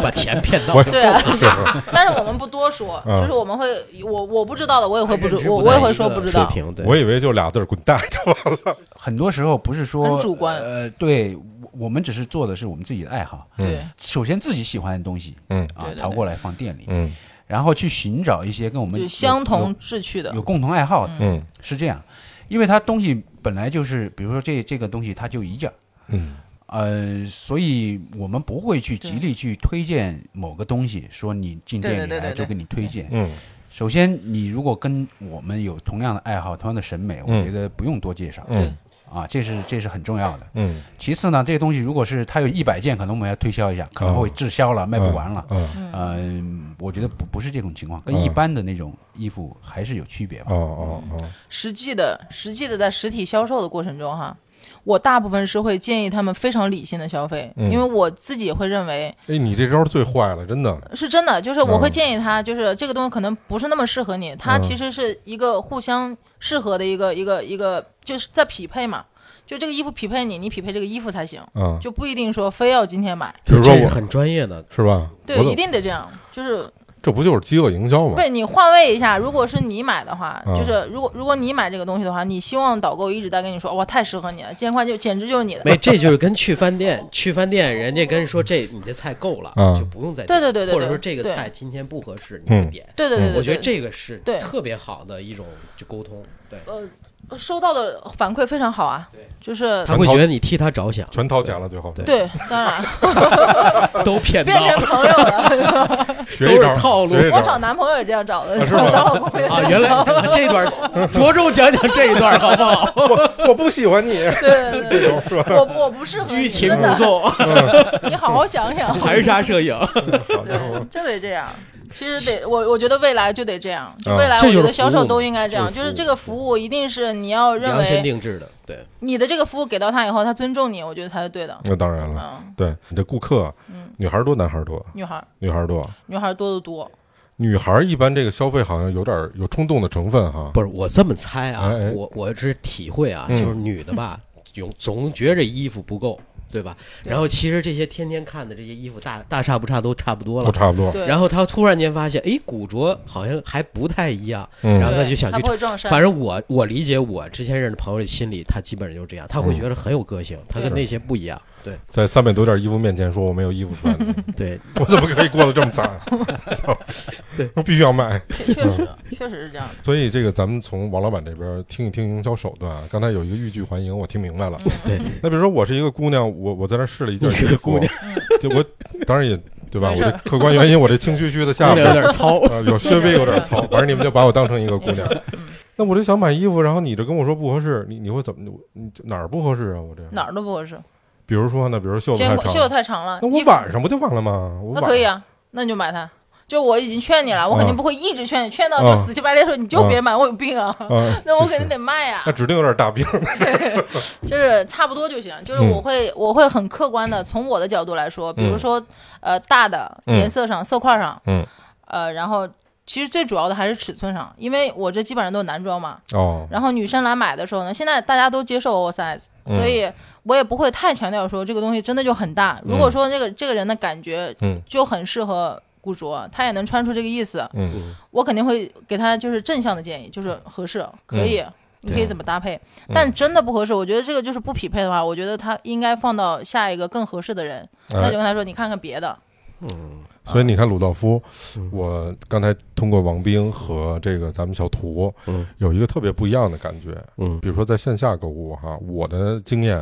[SPEAKER 5] 把钱骗到
[SPEAKER 1] 我
[SPEAKER 2] 对啊
[SPEAKER 1] 不是
[SPEAKER 2] 但是我们不多说，
[SPEAKER 1] 嗯
[SPEAKER 2] 就是我们会，我我不知道的，我也会不知
[SPEAKER 5] 认，知
[SPEAKER 2] 我
[SPEAKER 5] 在
[SPEAKER 2] 我也会
[SPEAKER 5] 一
[SPEAKER 2] 说
[SPEAKER 5] 个
[SPEAKER 2] 不知
[SPEAKER 5] 水
[SPEAKER 2] 道。
[SPEAKER 5] 平，对，
[SPEAKER 1] 我以为就俩字儿滚 蛋就完了。
[SPEAKER 3] 很多时候不是说
[SPEAKER 2] 很主观
[SPEAKER 1] 嗯
[SPEAKER 3] 呃，对我我们只是做的是我们自己的爱好。
[SPEAKER 2] 对，
[SPEAKER 3] 首先自己喜欢的东西
[SPEAKER 1] 嗯
[SPEAKER 3] 啊
[SPEAKER 2] 嗯对对，对
[SPEAKER 3] 淘过来放店里，
[SPEAKER 1] 嗯
[SPEAKER 3] 然后去寻找一些跟我们
[SPEAKER 5] 嗯
[SPEAKER 2] 就
[SPEAKER 3] 有
[SPEAKER 2] 相同志趣的
[SPEAKER 3] 有有，共同爱好的，
[SPEAKER 1] 嗯
[SPEAKER 3] 是这样，因为它东西本来就是，比如说这这个东西它就一件儿
[SPEAKER 1] 嗯
[SPEAKER 3] 呃，所以我们不会去极力去推荐某个东西，说你进
[SPEAKER 2] 对
[SPEAKER 3] 店里
[SPEAKER 2] 对对
[SPEAKER 3] 来
[SPEAKER 2] 对
[SPEAKER 3] 就
[SPEAKER 2] 对
[SPEAKER 3] 给你推荐。
[SPEAKER 1] 嗯
[SPEAKER 3] 首先，你如果跟我们有同样的爱好、同样的审美，我
[SPEAKER 1] 嗯
[SPEAKER 3] 觉得不用多介绍、
[SPEAKER 1] 嗯
[SPEAKER 3] 啊，这是这是很重要的。
[SPEAKER 1] 嗯，
[SPEAKER 3] 其次呢，这些东西如果是它有一百件，可能我们要推销一下，可能会滞销了，卖不完了。
[SPEAKER 1] 嗯，
[SPEAKER 3] 嗯、我觉得不不是这种情况，跟
[SPEAKER 1] 嗯
[SPEAKER 3] 一般的那种衣服还是有区别吧。
[SPEAKER 1] 哦哦哦，
[SPEAKER 2] 实际的实际的在实体销售的过程中哈，我大部分是会建议他们非常理性的消费，
[SPEAKER 1] 嗯
[SPEAKER 2] 因为我自己也会认为
[SPEAKER 1] 哎，你这招最坏了，真的，
[SPEAKER 2] 是真的，就是我会
[SPEAKER 1] 嗯
[SPEAKER 2] 建议他，就是这个东西可能不是那么适合你，它
[SPEAKER 1] 嗯
[SPEAKER 2] 其实是一个互相适合的一个一个一个，就是在匹配嘛，就这个衣服匹配你，你匹配这个衣服才行，
[SPEAKER 1] 嗯，
[SPEAKER 2] 就不一定说非要今天买，
[SPEAKER 1] 比如说
[SPEAKER 5] 这是
[SPEAKER 1] 我，
[SPEAKER 5] 很专业的，
[SPEAKER 1] 是吧？
[SPEAKER 2] 对
[SPEAKER 1] 我，怎
[SPEAKER 2] 一定得这样，就是
[SPEAKER 1] 这不就是饥饿营销吗？
[SPEAKER 2] 对你换位一下，如果是你买的话，
[SPEAKER 1] 嗯
[SPEAKER 2] 就是如果如果你买这个东西的话，你希望导购一直在跟你说哇太适合你了，这件款就简直就是你的，
[SPEAKER 5] 没，这就是跟去饭店，去饭店人家跟人说这你这菜够了
[SPEAKER 1] 嗯，
[SPEAKER 5] 就不用再
[SPEAKER 2] 对
[SPEAKER 5] 点
[SPEAKER 2] 对对对
[SPEAKER 5] 或者
[SPEAKER 2] 对
[SPEAKER 5] 说这个
[SPEAKER 2] 对
[SPEAKER 5] 菜今天不合适，你
[SPEAKER 1] 嗯
[SPEAKER 5] 不点。
[SPEAKER 2] 对对对对，
[SPEAKER 5] 我觉得
[SPEAKER 2] 对
[SPEAKER 5] 这个是
[SPEAKER 2] 对
[SPEAKER 5] 特别好的一种就沟通，对，
[SPEAKER 2] 呃收到的反馈非常好啊，就是
[SPEAKER 5] 他会觉得你替他 着想，
[SPEAKER 1] 全掏钱了，最后
[SPEAKER 5] 对
[SPEAKER 2] 对，当 然
[SPEAKER 5] 都骗
[SPEAKER 2] 变
[SPEAKER 5] 到
[SPEAKER 2] 成朋友了。
[SPEAKER 1] 学一招
[SPEAKER 5] 都是套路
[SPEAKER 1] 学一招
[SPEAKER 2] 我找男朋友也这样找的，
[SPEAKER 1] 是吗
[SPEAKER 2] 找老公也这样
[SPEAKER 5] 啊！原来 这段着重讲讲这一段好不好？
[SPEAKER 1] 我我不喜欢你，
[SPEAKER 2] 对对对
[SPEAKER 1] 这种是吧？
[SPEAKER 2] 对，我不我不适合
[SPEAKER 5] 欲
[SPEAKER 2] 你，
[SPEAKER 5] 擒
[SPEAKER 2] 真
[SPEAKER 5] 故
[SPEAKER 2] 的，
[SPEAKER 5] 纵，
[SPEAKER 2] 你好好想想，
[SPEAKER 5] 含沙射影，
[SPEAKER 1] 好家伙，
[SPEAKER 2] 就得这样。其实得我，我觉得未来就得这样。就未来，
[SPEAKER 5] 啊这
[SPEAKER 2] 我
[SPEAKER 5] 就是
[SPEAKER 2] 觉得销
[SPEAKER 5] 服务
[SPEAKER 2] 售
[SPEAKER 5] 嘛
[SPEAKER 2] 都应该这样，就是
[SPEAKER 5] 这服务
[SPEAKER 2] 是这个服务一定是你要认
[SPEAKER 5] 量身
[SPEAKER 2] 为
[SPEAKER 5] 定制的，对，
[SPEAKER 2] 你的这个服务给到他以后，他尊重你，我觉得才是对的。
[SPEAKER 1] 那当然了，
[SPEAKER 2] 嗯，
[SPEAKER 1] 对你的顾客，
[SPEAKER 5] 嗯
[SPEAKER 1] 女孩多，男孩多，
[SPEAKER 2] 女孩儿，
[SPEAKER 1] 女孩多，
[SPEAKER 2] 女孩儿多得多。
[SPEAKER 5] 哦
[SPEAKER 1] 女孩一般这个消费好像有点有冲动的成分哈，
[SPEAKER 5] 不是我这么猜啊
[SPEAKER 1] 哎哎，
[SPEAKER 5] 我我是体会啊，就
[SPEAKER 1] 嗯
[SPEAKER 5] 是女的吧，总总觉着衣服不够，对吧？
[SPEAKER 2] 对
[SPEAKER 5] 然后其实这些天天看的这些衣服大大差不差都差不多
[SPEAKER 1] 都
[SPEAKER 5] 了，
[SPEAKER 1] 差不多，
[SPEAKER 2] 对，
[SPEAKER 5] 然后他突然间发现，哎，古着好像还不太一样，
[SPEAKER 1] 嗯
[SPEAKER 5] 然后他就想
[SPEAKER 2] 对
[SPEAKER 5] 去
[SPEAKER 2] 不。会撞衫。
[SPEAKER 5] 反正我我理解，我之前认识朋友的心理，他基本上就是这样，他会
[SPEAKER 1] 嗯
[SPEAKER 5] 觉得很有个性，他跟
[SPEAKER 2] 对
[SPEAKER 5] 那些不一样。对
[SPEAKER 1] 在三百多件衣服面前说我没有衣服穿，
[SPEAKER 2] 嗯
[SPEAKER 5] 对，
[SPEAKER 1] 我怎么可以过得这么惨？啊 操
[SPEAKER 5] 对，
[SPEAKER 1] 我必须要卖。
[SPEAKER 2] 确确实确实是这样的。
[SPEAKER 1] 所以这个咱们从王老板这边听一听营销手段啊。刚才有一个欲拒还迎，我听明白了。
[SPEAKER 5] 对
[SPEAKER 1] 那比如说我是一个姑娘，我我在那试了一件
[SPEAKER 5] 你
[SPEAKER 1] 衣
[SPEAKER 5] 是
[SPEAKER 1] 服
[SPEAKER 5] 姑娘，
[SPEAKER 1] 就我当然也对吧？我
[SPEAKER 2] 没事
[SPEAKER 1] 这客观原因，我这清虚虚的下
[SPEAKER 5] 姑
[SPEAKER 1] 巴
[SPEAKER 5] 娘有 点糙。
[SPEAKER 1] 啊，有稍微有点糙，反正你们就把我当成一个姑 娘。
[SPEAKER 2] 嗯
[SPEAKER 1] 那我就想买衣服，然后你就跟我说不合适，你你会怎么？你就哪儿不合适啊？我这
[SPEAKER 2] 哪儿都不合适，
[SPEAKER 1] 比如说呢，比如说袖
[SPEAKER 2] 今
[SPEAKER 1] 子太
[SPEAKER 2] 天
[SPEAKER 1] 长，
[SPEAKER 2] 袖子太长了，
[SPEAKER 1] 那我
[SPEAKER 2] 衣服
[SPEAKER 1] 晚上不就完了吗？我
[SPEAKER 2] 那
[SPEAKER 1] 晚
[SPEAKER 2] 可以啊，那你就买它。就我已经劝你了，我肯定
[SPEAKER 1] 嗯
[SPEAKER 2] 不会一直劝你，劝到
[SPEAKER 1] 嗯
[SPEAKER 2] 就死乞白赖说你就别买，我有病啊。
[SPEAKER 1] 啊，
[SPEAKER 2] 那我
[SPEAKER 1] 是
[SPEAKER 2] 肯定得卖呀、
[SPEAKER 1] 那指定有点大病。
[SPEAKER 2] 就是差不多就行。
[SPEAKER 1] 嗯
[SPEAKER 2] 就是我会、我会很客观的从我的角度来说，比如说、呃大的
[SPEAKER 1] 嗯
[SPEAKER 2] 颜色上、色块上，
[SPEAKER 1] 嗯，
[SPEAKER 2] 呃，然后其实最主要的还是尺寸上，因为我这基本上都是男装嘛。
[SPEAKER 1] 哦，
[SPEAKER 2] 然后女生来买的时候呢，现在大家都接受 oversize，所
[SPEAKER 1] 嗯
[SPEAKER 2] 以我也不会太强调说这个东西真的就很大。如果说这个这个人的感觉
[SPEAKER 1] 嗯
[SPEAKER 2] 就很适合古着，他也能穿出这个意思，
[SPEAKER 1] 嗯
[SPEAKER 2] 我肯定会给他就是正向的建议，就是合适，可以，
[SPEAKER 1] 嗯
[SPEAKER 2] 你可以怎么搭配。但真的不合适，我觉得这个就是不匹配的话，我觉得他应该放到下一个更合适的人。那就
[SPEAKER 1] 哎，
[SPEAKER 2] 跟他说，你看看别的，
[SPEAKER 1] 所以你看鲁道夫，
[SPEAKER 5] 嗯
[SPEAKER 1] 我刚才通过王冰和这个咱们小图，
[SPEAKER 5] 嗯
[SPEAKER 1] 有一个特别不一样的感觉。
[SPEAKER 5] 嗯
[SPEAKER 1] 比如说在线下购物哈，我的经验，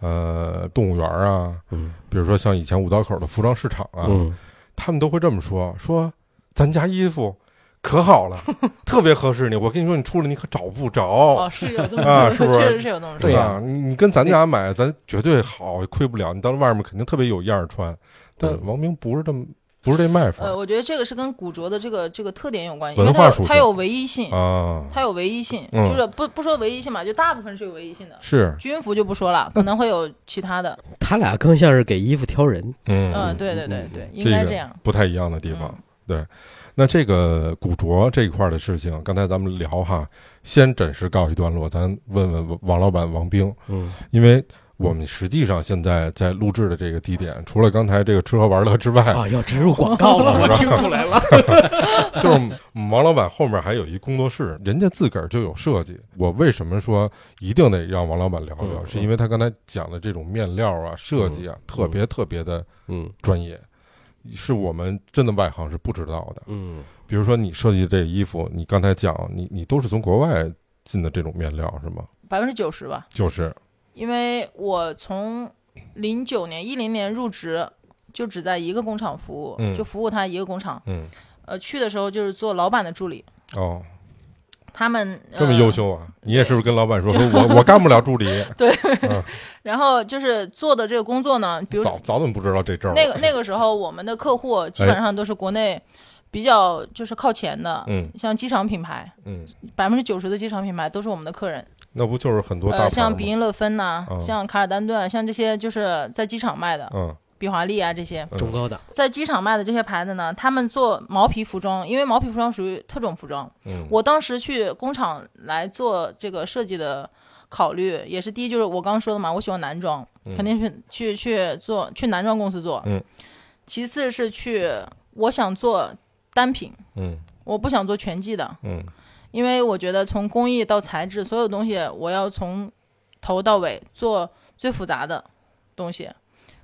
[SPEAKER 1] 呃，动物园啊，
[SPEAKER 5] 嗯
[SPEAKER 1] 比如说像以前五道口的服装市场啊，
[SPEAKER 5] 嗯，
[SPEAKER 1] 他们都会这么说：说咱家衣服可好了，特别合适你。我跟你说，你出来你可找不
[SPEAKER 2] 哦，
[SPEAKER 1] 着。
[SPEAKER 2] 是有这
[SPEAKER 1] 啊
[SPEAKER 2] 么
[SPEAKER 1] 是
[SPEAKER 2] 说，
[SPEAKER 1] 不是
[SPEAKER 2] 确实是有这么说
[SPEAKER 3] 对。
[SPEAKER 1] 吧
[SPEAKER 3] 呀？
[SPEAKER 1] 你你跟咱家买，咱绝对好，亏不了。你到外面肯定特别有样儿穿。但
[SPEAKER 5] 嗯
[SPEAKER 1] 王明不是这么，不是这卖法
[SPEAKER 2] 呃，我觉得这个是跟古着的这个这个特点有关系，因
[SPEAKER 1] 文
[SPEAKER 2] 为
[SPEAKER 1] 化
[SPEAKER 2] 它
[SPEAKER 1] 属
[SPEAKER 2] 有
[SPEAKER 1] 性
[SPEAKER 2] 它有唯一性，
[SPEAKER 1] 啊，
[SPEAKER 2] 它有唯一性，
[SPEAKER 1] 嗯
[SPEAKER 2] 就是不不说唯一性吧，就大部分是有唯一性的。
[SPEAKER 1] 是，
[SPEAKER 2] 军服就不说 了，可能会有其他的。
[SPEAKER 5] 他俩更像是给衣服挑人，
[SPEAKER 1] 嗯
[SPEAKER 2] 嗯，对对对对，
[SPEAKER 1] 这
[SPEAKER 2] 应该
[SPEAKER 1] 个
[SPEAKER 2] 这样。
[SPEAKER 1] 不太一样的地方。
[SPEAKER 2] 嗯
[SPEAKER 1] 对，那这个古着这一块的事情，刚才咱们聊哈，先暂时告一段落。咱问问王王老板王冰，
[SPEAKER 5] 嗯，
[SPEAKER 1] 因为我们实际上现在在录制的这个地点，除了刚才这个吃喝玩乐之外，
[SPEAKER 5] 啊，要植入广告了，我听出来了，
[SPEAKER 1] 就是王老板后面还有一工作室，人家自个儿就有设计。我为什么说一定得让王老板聊聊？
[SPEAKER 5] 嗯
[SPEAKER 1] 是因为他刚才讲的这种面料啊、设计啊，特别特别的
[SPEAKER 5] 嗯
[SPEAKER 1] 专业，是我们真的外行是不知道的。
[SPEAKER 5] 嗯，
[SPEAKER 1] 比如说你设计这衣服，你刚才讲你你都是从国外进的这种面料是吗？
[SPEAKER 2] 百分之九十吧，
[SPEAKER 1] 就是，
[SPEAKER 2] 因为我从零九年、一零年入职，就只在一个工厂服务，
[SPEAKER 1] 嗯
[SPEAKER 2] 就服务他一个工厂。
[SPEAKER 1] 嗯，
[SPEAKER 2] 呃，去的时候就是做老板的助理，
[SPEAKER 1] 哦，
[SPEAKER 2] 他们、呃、
[SPEAKER 1] 这么优秀啊！你也是不是跟老板说，
[SPEAKER 2] 对
[SPEAKER 1] 说我我干不了助理？
[SPEAKER 2] 然后就是做的这个工作呢， 比如
[SPEAKER 1] 早早怎么不知道这招儿？
[SPEAKER 2] 那个那个时候，我们的客户基本上都是国内比较就是靠前的，
[SPEAKER 1] 哎嗯
[SPEAKER 2] 像机场品牌，
[SPEAKER 1] 嗯，
[SPEAKER 2] 百分之九十的机场品牌都是我们的客人。
[SPEAKER 1] 那不就是很多大
[SPEAKER 2] 呃，
[SPEAKER 1] 牌儿
[SPEAKER 2] 像
[SPEAKER 1] 吗
[SPEAKER 2] 比音乐芬呐、
[SPEAKER 1] 嗯
[SPEAKER 2] 像卡尔丹顿啊，像这些就是在机场卖的，
[SPEAKER 1] 嗯
[SPEAKER 2] 比华利啊这些，
[SPEAKER 1] 嗯
[SPEAKER 5] 中高档，
[SPEAKER 2] 在机场卖的这些牌子呢，他们做毛皮服装，因为毛皮服装属于特种服装。
[SPEAKER 1] 嗯，
[SPEAKER 2] 我当时去工厂来做这个设计的考虑，也是第一就是我刚刚说的嘛，我喜欢男装，
[SPEAKER 1] 嗯
[SPEAKER 2] 肯定是去去做去男装公司做。
[SPEAKER 1] 嗯。
[SPEAKER 2] 其次是去我想做单品，
[SPEAKER 1] 嗯
[SPEAKER 2] 我不想做全季的，
[SPEAKER 1] 嗯
[SPEAKER 2] 因为我觉得从工艺到材质，所有东西我要从头到尾做最复杂的东西，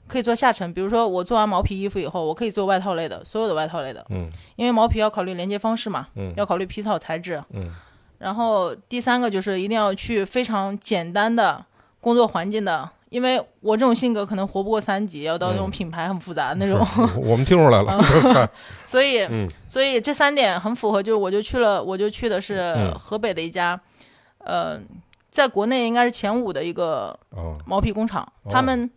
[SPEAKER 2] 可以做下沉。比如说我做完毛皮衣服以后，我可以做外套类的，所有的外套类的，
[SPEAKER 1] 嗯
[SPEAKER 2] 因为毛皮要考虑连接方式嘛，
[SPEAKER 1] 嗯
[SPEAKER 2] 要考虑皮草材质。
[SPEAKER 1] 嗯
[SPEAKER 2] 然后第三个就是一定要去非常简单的工作环境的，因为我这种性格可能活不过三级，要到那种
[SPEAKER 1] 嗯
[SPEAKER 2] 品牌很复杂的那
[SPEAKER 1] 是
[SPEAKER 2] 种。 嗯
[SPEAKER 1] 我我们听出来了，
[SPEAKER 2] 所以，
[SPEAKER 1] 嗯
[SPEAKER 2] 所以这三点很符合，就是我就去了，我就去的是
[SPEAKER 1] 嗯
[SPEAKER 2] 河北的一家，呃，在国内应该是前五的一个
[SPEAKER 1] 哦
[SPEAKER 2] 毛皮工厂，
[SPEAKER 1] 哦
[SPEAKER 2] 他们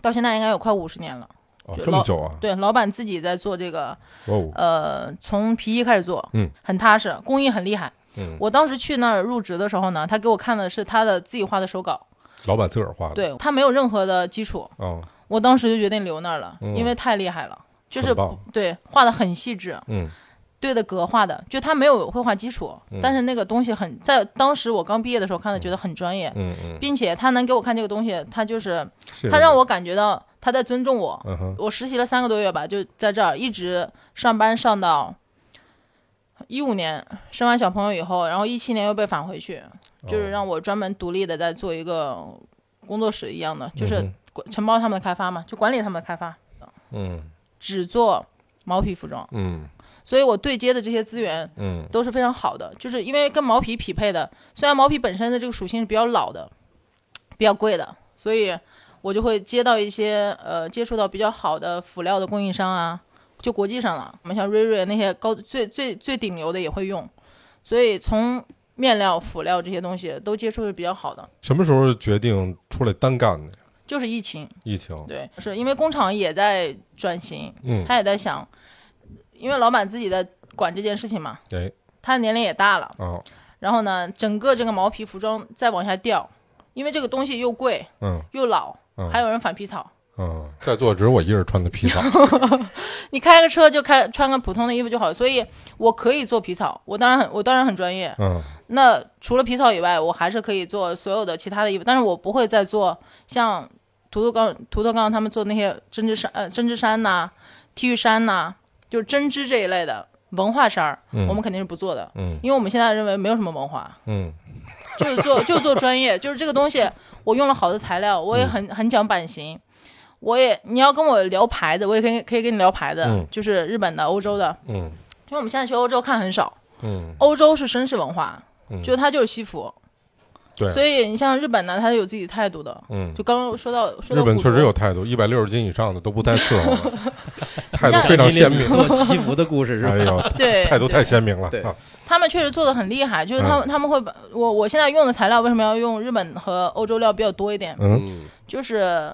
[SPEAKER 2] 到现在应该有快五十年了。
[SPEAKER 1] 哦，
[SPEAKER 2] 就
[SPEAKER 1] 这么
[SPEAKER 2] 老
[SPEAKER 1] 久啊？
[SPEAKER 2] 对，老板自己在做这个，
[SPEAKER 1] 哦，
[SPEAKER 2] 呃，从皮衣开始做，
[SPEAKER 1] 嗯，
[SPEAKER 2] 很踏实，工艺很厉害。
[SPEAKER 1] 嗯，
[SPEAKER 2] 我当时去那儿入职的时候呢，他给我看的是他的自己画的手稿，
[SPEAKER 1] 老板自个儿画的，，
[SPEAKER 2] 对他没有任何的基础，
[SPEAKER 1] 哦，
[SPEAKER 2] 我当时就决定留那儿了，
[SPEAKER 1] 嗯
[SPEAKER 2] 因为太厉害了，就是
[SPEAKER 1] 很棒，
[SPEAKER 2] 对画的很细致，
[SPEAKER 1] 嗯
[SPEAKER 2] 对的格画的，就他没有绘画基础，
[SPEAKER 1] 嗯
[SPEAKER 2] 但是那个东西很在当时我刚毕业的时候看的，觉得很专业，
[SPEAKER 1] 嗯嗯，
[SPEAKER 2] 并且他能给我看这个东西，他就是
[SPEAKER 1] 谢谢
[SPEAKER 2] 他
[SPEAKER 1] 你
[SPEAKER 2] 让我感觉到他在尊重我。
[SPEAKER 1] 嗯哼，
[SPEAKER 2] 我实习了三个多月吧，就在这儿一直上班上到一五年生完小朋友以后，然后一七年又被返回去，
[SPEAKER 1] 哦
[SPEAKER 2] 就是让我专门独立的在做一个工作室一样的，就是
[SPEAKER 1] 嗯
[SPEAKER 2] 管承包他们的开发嘛，就管理他们的开发，
[SPEAKER 1] 嗯
[SPEAKER 2] 只做毛皮服装，
[SPEAKER 1] 嗯
[SPEAKER 2] 所以我对接的这些资源
[SPEAKER 1] 嗯
[SPEAKER 2] 都是非常好的，就是因为跟毛皮匹配的，虽然毛皮本身的这个属性是比较老的，比较贵的，所以我就会接到一些呃接触到比较好的辅料的供应商啊，就国际上了，我们像瑞瑞那些高最最最顶流的也会用，所以从面料、辅料这些东西都接触是比较好的，
[SPEAKER 1] 什么时候决定出来单干的呀？
[SPEAKER 2] 就是疫情，
[SPEAKER 1] 疫情，
[SPEAKER 2] 对，是因为工厂也在转型，
[SPEAKER 1] 嗯，
[SPEAKER 2] 他也在想，因为老板自己在管这件事情嘛，
[SPEAKER 1] 哎，
[SPEAKER 2] 他年龄也大了。
[SPEAKER 1] 哦，
[SPEAKER 2] 然后呢，整个这个毛皮服装再往下掉，因为这个东西又贵
[SPEAKER 1] 嗯
[SPEAKER 2] 又老，
[SPEAKER 1] 嗯，
[SPEAKER 2] 还有人反皮草。
[SPEAKER 1] 嗯，在座只有我一人穿的 皮草，
[SPEAKER 2] 你开个车就开穿个普通的衣服就好了，所以我可以做皮草，我当然很我当然很专业。
[SPEAKER 1] 嗯
[SPEAKER 2] 那除了皮草以外，我还是可以做所有的其他的衣服，但是我不会再做像图图刚图图刚他们做那些针织衫呃针织衫呐、T 恤衫呐、就是针织这一类的文化衫儿，
[SPEAKER 1] 嗯
[SPEAKER 2] 我们肯定是不做的，
[SPEAKER 1] 嗯
[SPEAKER 2] 因为我们现在认为没有什么文化。
[SPEAKER 1] 嗯
[SPEAKER 2] 就是做就是做专业，就是这个东西，我用了好的材料，我
[SPEAKER 1] 嗯
[SPEAKER 2] 也很很讲版型，我也你要跟我聊牌子，我也可以可以跟你聊牌子，
[SPEAKER 1] 嗯
[SPEAKER 2] 就是日本的、欧洲的，
[SPEAKER 1] 嗯
[SPEAKER 2] 因为我们现在学欧洲看很少，
[SPEAKER 1] 嗯，
[SPEAKER 2] 欧洲是绅士文化，
[SPEAKER 1] 嗯
[SPEAKER 2] 就它就是西服，
[SPEAKER 1] 对，
[SPEAKER 2] 所以你像日本呢，它是有自己态度的。
[SPEAKER 1] 嗯，
[SPEAKER 2] 就刚刚说到说
[SPEAKER 1] 日
[SPEAKER 2] 到
[SPEAKER 1] 本
[SPEAKER 2] 古
[SPEAKER 1] 确实
[SPEAKER 2] 着
[SPEAKER 1] 有态度，一百六十斤以上的都不带伺候的， 态度
[SPEAKER 2] 像
[SPEAKER 1] 非常鲜明。
[SPEAKER 5] 做祈福的故事是
[SPEAKER 1] 哎
[SPEAKER 5] 吧？
[SPEAKER 1] 呦，
[SPEAKER 2] 对
[SPEAKER 1] 态度嗯
[SPEAKER 2] 对
[SPEAKER 1] 太鲜明了。
[SPEAKER 5] 对
[SPEAKER 1] 啊
[SPEAKER 2] 他们确实做的很厉害，就是他们、他们会把我我现在用的材料为什么要用日本和欧洲料比较多一点？
[SPEAKER 1] 嗯
[SPEAKER 5] 嗯，
[SPEAKER 2] 就是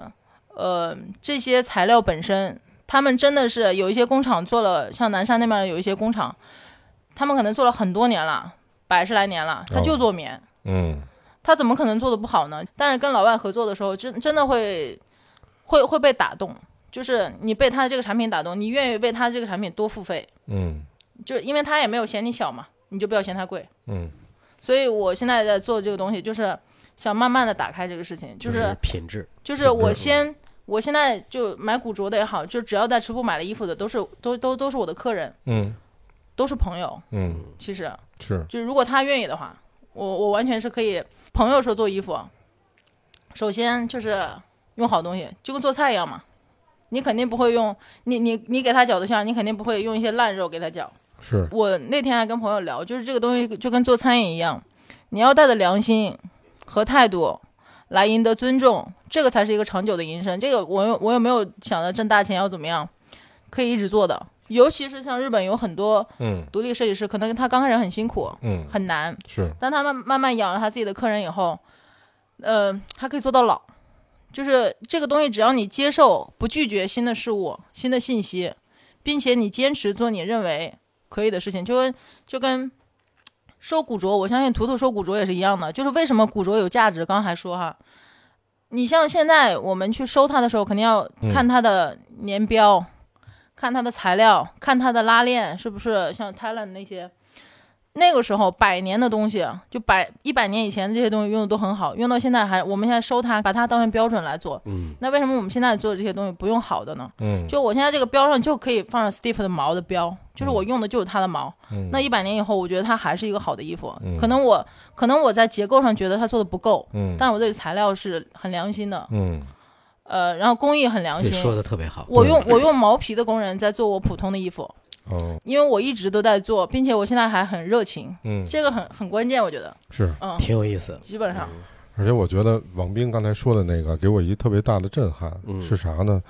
[SPEAKER 2] 呃这些材料本身，他们真的是有一些工厂做了，像南山那边有一些工厂，他们可能做了很多年了，百十来年了，
[SPEAKER 1] 哦
[SPEAKER 2] 他就做棉，
[SPEAKER 1] 嗯
[SPEAKER 2] 他怎么可能做的不好呢？但是跟老外合作的时候，真真的会会会被打动，就是你被他的这个产品打动，你愿意为他这个产品多付费，
[SPEAKER 1] 嗯
[SPEAKER 2] 就是因为他也没有嫌你小嘛，你就不要嫌他贵。
[SPEAKER 1] 嗯
[SPEAKER 2] 所以我现在在做这个东西，就是想慢慢的打开这个事情，就
[SPEAKER 5] 就是是品质，
[SPEAKER 2] 就是我先，我现在就买古着的也好，就只要在直播买了衣服的，都是都都都是我的客人，
[SPEAKER 1] 嗯
[SPEAKER 2] 都是朋友。
[SPEAKER 1] 嗯，
[SPEAKER 2] 其实，
[SPEAKER 1] 是
[SPEAKER 2] 就如果他愿意的话，我我完全是可以。朋友说做衣服，首先就是用好东西，就跟做菜一样嘛。你肯定不会用你你你给他搅的馅儿，你肯定不会用一些烂肉给他搅。
[SPEAKER 1] 是，
[SPEAKER 2] 我那天还跟朋友聊，就是这个东西就跟做餐饮一样，你要带着良心和态度来赢得尊重，这个才是一个长久的营生。这个我又我有没有想着挣大钱要怎么样，可以一直做的。尤其是像日本有很多
[SPEAKER 1] 嗯
[SPEAKER 2] 独立设计师，可能他刚开始很辛苦，
[SPEAKER 1] 嗯，
[SPEAKER 2] 很难，
[SPEAKER 1] 是，
[SPEAKER 2] 但他慢慢慢养了他自己的客人以后，呃，他可以做到老。就是这个东西，只要你接受，不拒绝新的事物、新的信息，并且你坚持做你认为可以的事情，就跟就跟收古着，我相信图图收古着也是一样的。就是为什么古着有价值？刚刚还说哈，你像现在我们去收它的时候，肯定要看它的年标，看它的材料，看它的拉链是不是像 Thailand 那些。那个时候，百年的东西，就百一百年以前这些东西用的都很好，用到现在还，我们现在收它，把它当成标准来做。
[SPEAKER 5] 嗯，
[SPEAKER 2] 那为什么我们现在做这些东西不用好的呢？
[SPEAKER 1] 嗯，
[SPEAKER 2] 就我现在这个标上就可以放上 Steve 的毛的标，就是我用的就是它的毛。
[SPEAKER 1] 嗯
[SPEAKER 2] 那一百年以后，我觉得它还是一个好的衣服。
[SPEAKER 1] 嗯
[SPEAKER 2] 可能我可能我在结构上觉得它做的不够，
[SPEAKER 1] 嗯
[SPEAKER 2] 但是我对材料是很良心的，
[SPEAKER 1] 嗯
[SPEAKER 2] 呃，然后工艺很良
[SPEAKER 5] 这
[SPEAKER 2] 心。
[SPEAKER 5] 说的特别好。
[SPEAKER 2] 我用我用毛皮的工人在做我普通的衣服，
[SPEAKER 1] 哦
[SPEAKER 2] 因为我一直都在做，并且我现在还很热情，
[SPEAKER 1] 嗯
[SPEAKER 2] 这个很很关键，我觉得，
[SPEAKER 1] 是，
[SPEAKER 2] 嗯，
[SPEAKER 5] 挺有意思，
[SPEAKER 2] 基本上，
[SPEAKER 1] 而且我觉得王斌刚才说的那个给我一特别大的震撼
[SPEAKER 5] 嗯
[SPEAKER 1] 是啥呢？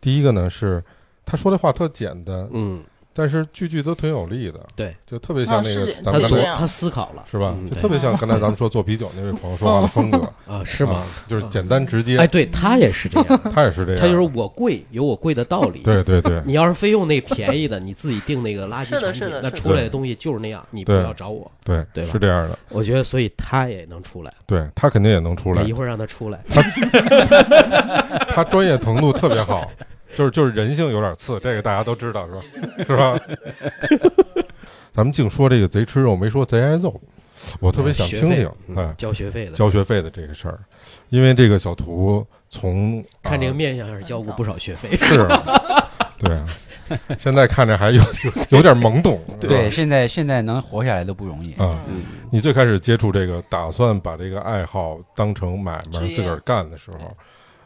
[SPEAKER 1] 第一个呢是他说的话特简单，
[SPEAKER 5] 嗯，
[SPEAKER 1] 但是句句都挺有力的，
[SPEAKER 5] 对，
[SPEAKER 1] 就特别像
[SPEAKER 2] 啊
[SPEAKER 1] 那个
[SPEAKER 2] 是
[SPEAKER 1] 咱
[SPEAKER 5] 他
[SPEAKER 1] 们
[SPEAKER 2] 是
[SPEAKER 5] 做
[SPEAKER 1] 说
[SPEAKER 2] 这样
[SPEAKER 5] 他思考了，
[SPEAKER 1] 是吧
[SPEAKER 5] 嗯？
[SPEAKER 1] 就
[SPEAKER 5] 对
[SPEAKER 1] 特 别像刚才咱们说做啤酒那位朋友说话的风
[SPEAKER 2] 哦
[SPEAKER 1] 格，
[SPEAKER 5] 啊，是吗
[SPEAKER 1] 啊？？就是简单直接
[SPEAKER 5] 哎，，对他也是 这样，
[SPEAKER 1] 他也是这样，
[SPEAKER 5] 他就是我贵有我贵的道理。
[SPEAKER 1] 对对对
[SPEAKER 5] 你要是非用那便宜的，你自己定那个垃圾
[SPEAKER 2] 是的
[SPEAKER 5] 产
[SPEAKER 2] 是
[SPEAKER 5] 品
[SPEAKER 2] 的，
[SPEAKER 5] 那
[SPEAKER 2] 是的
[SPEAKER 5] 出来的东西就是那样，你不
[SPEAKER 1] 对
[SPEAKER 5] 要找我。
[SPEAKER 1] 对
[SPEAKER 5] 对吧
[SPEAKER 1] 是这样的，
[SPEAKER 5] 我觉得，所以他也能出来，
[SPEAKER 1] 对他肯定也能出来
[SPEAKER 5] 一，会儿让他出来。
[SPEAKER 1] 他专业程度特别好，就是就是人性有点次，这个大家都知道是吧？是吧？咱们净说这个贼吃肉，没说贼挨揍，我特别想
[SPEAKER 5] 学
[SPEAKER 1] 听
[SPEAKER 5] 费
[SPEAKER 1] 听
[SPEAKER 5] 嗯
[SPEAKER 1] 哎
[SPEAKER 5] 交学费的，
[SPEAKER 1] 交学费的这个事儿，因为这个小图从啊嗯
[SPEAKER 5] 看这个面相是交过不少学费。
[SPEAKER 1] 是，对啊，现在看着还有有有点懵 懂，是吧
[SPEAKER 3] 对，现在现在能活下来都不容易。
[SPEAKER 1] 啊，
[SPEAKER 2] 嗯，
[SPEAKER 1] 你最开始接触这个，打算把这个爱好当成买
[SPEAKER 2] 职
[SPEAKER 1] 卖
[SPEAKER 2] 业
[SPEAKER 1] 自个儿干的时候，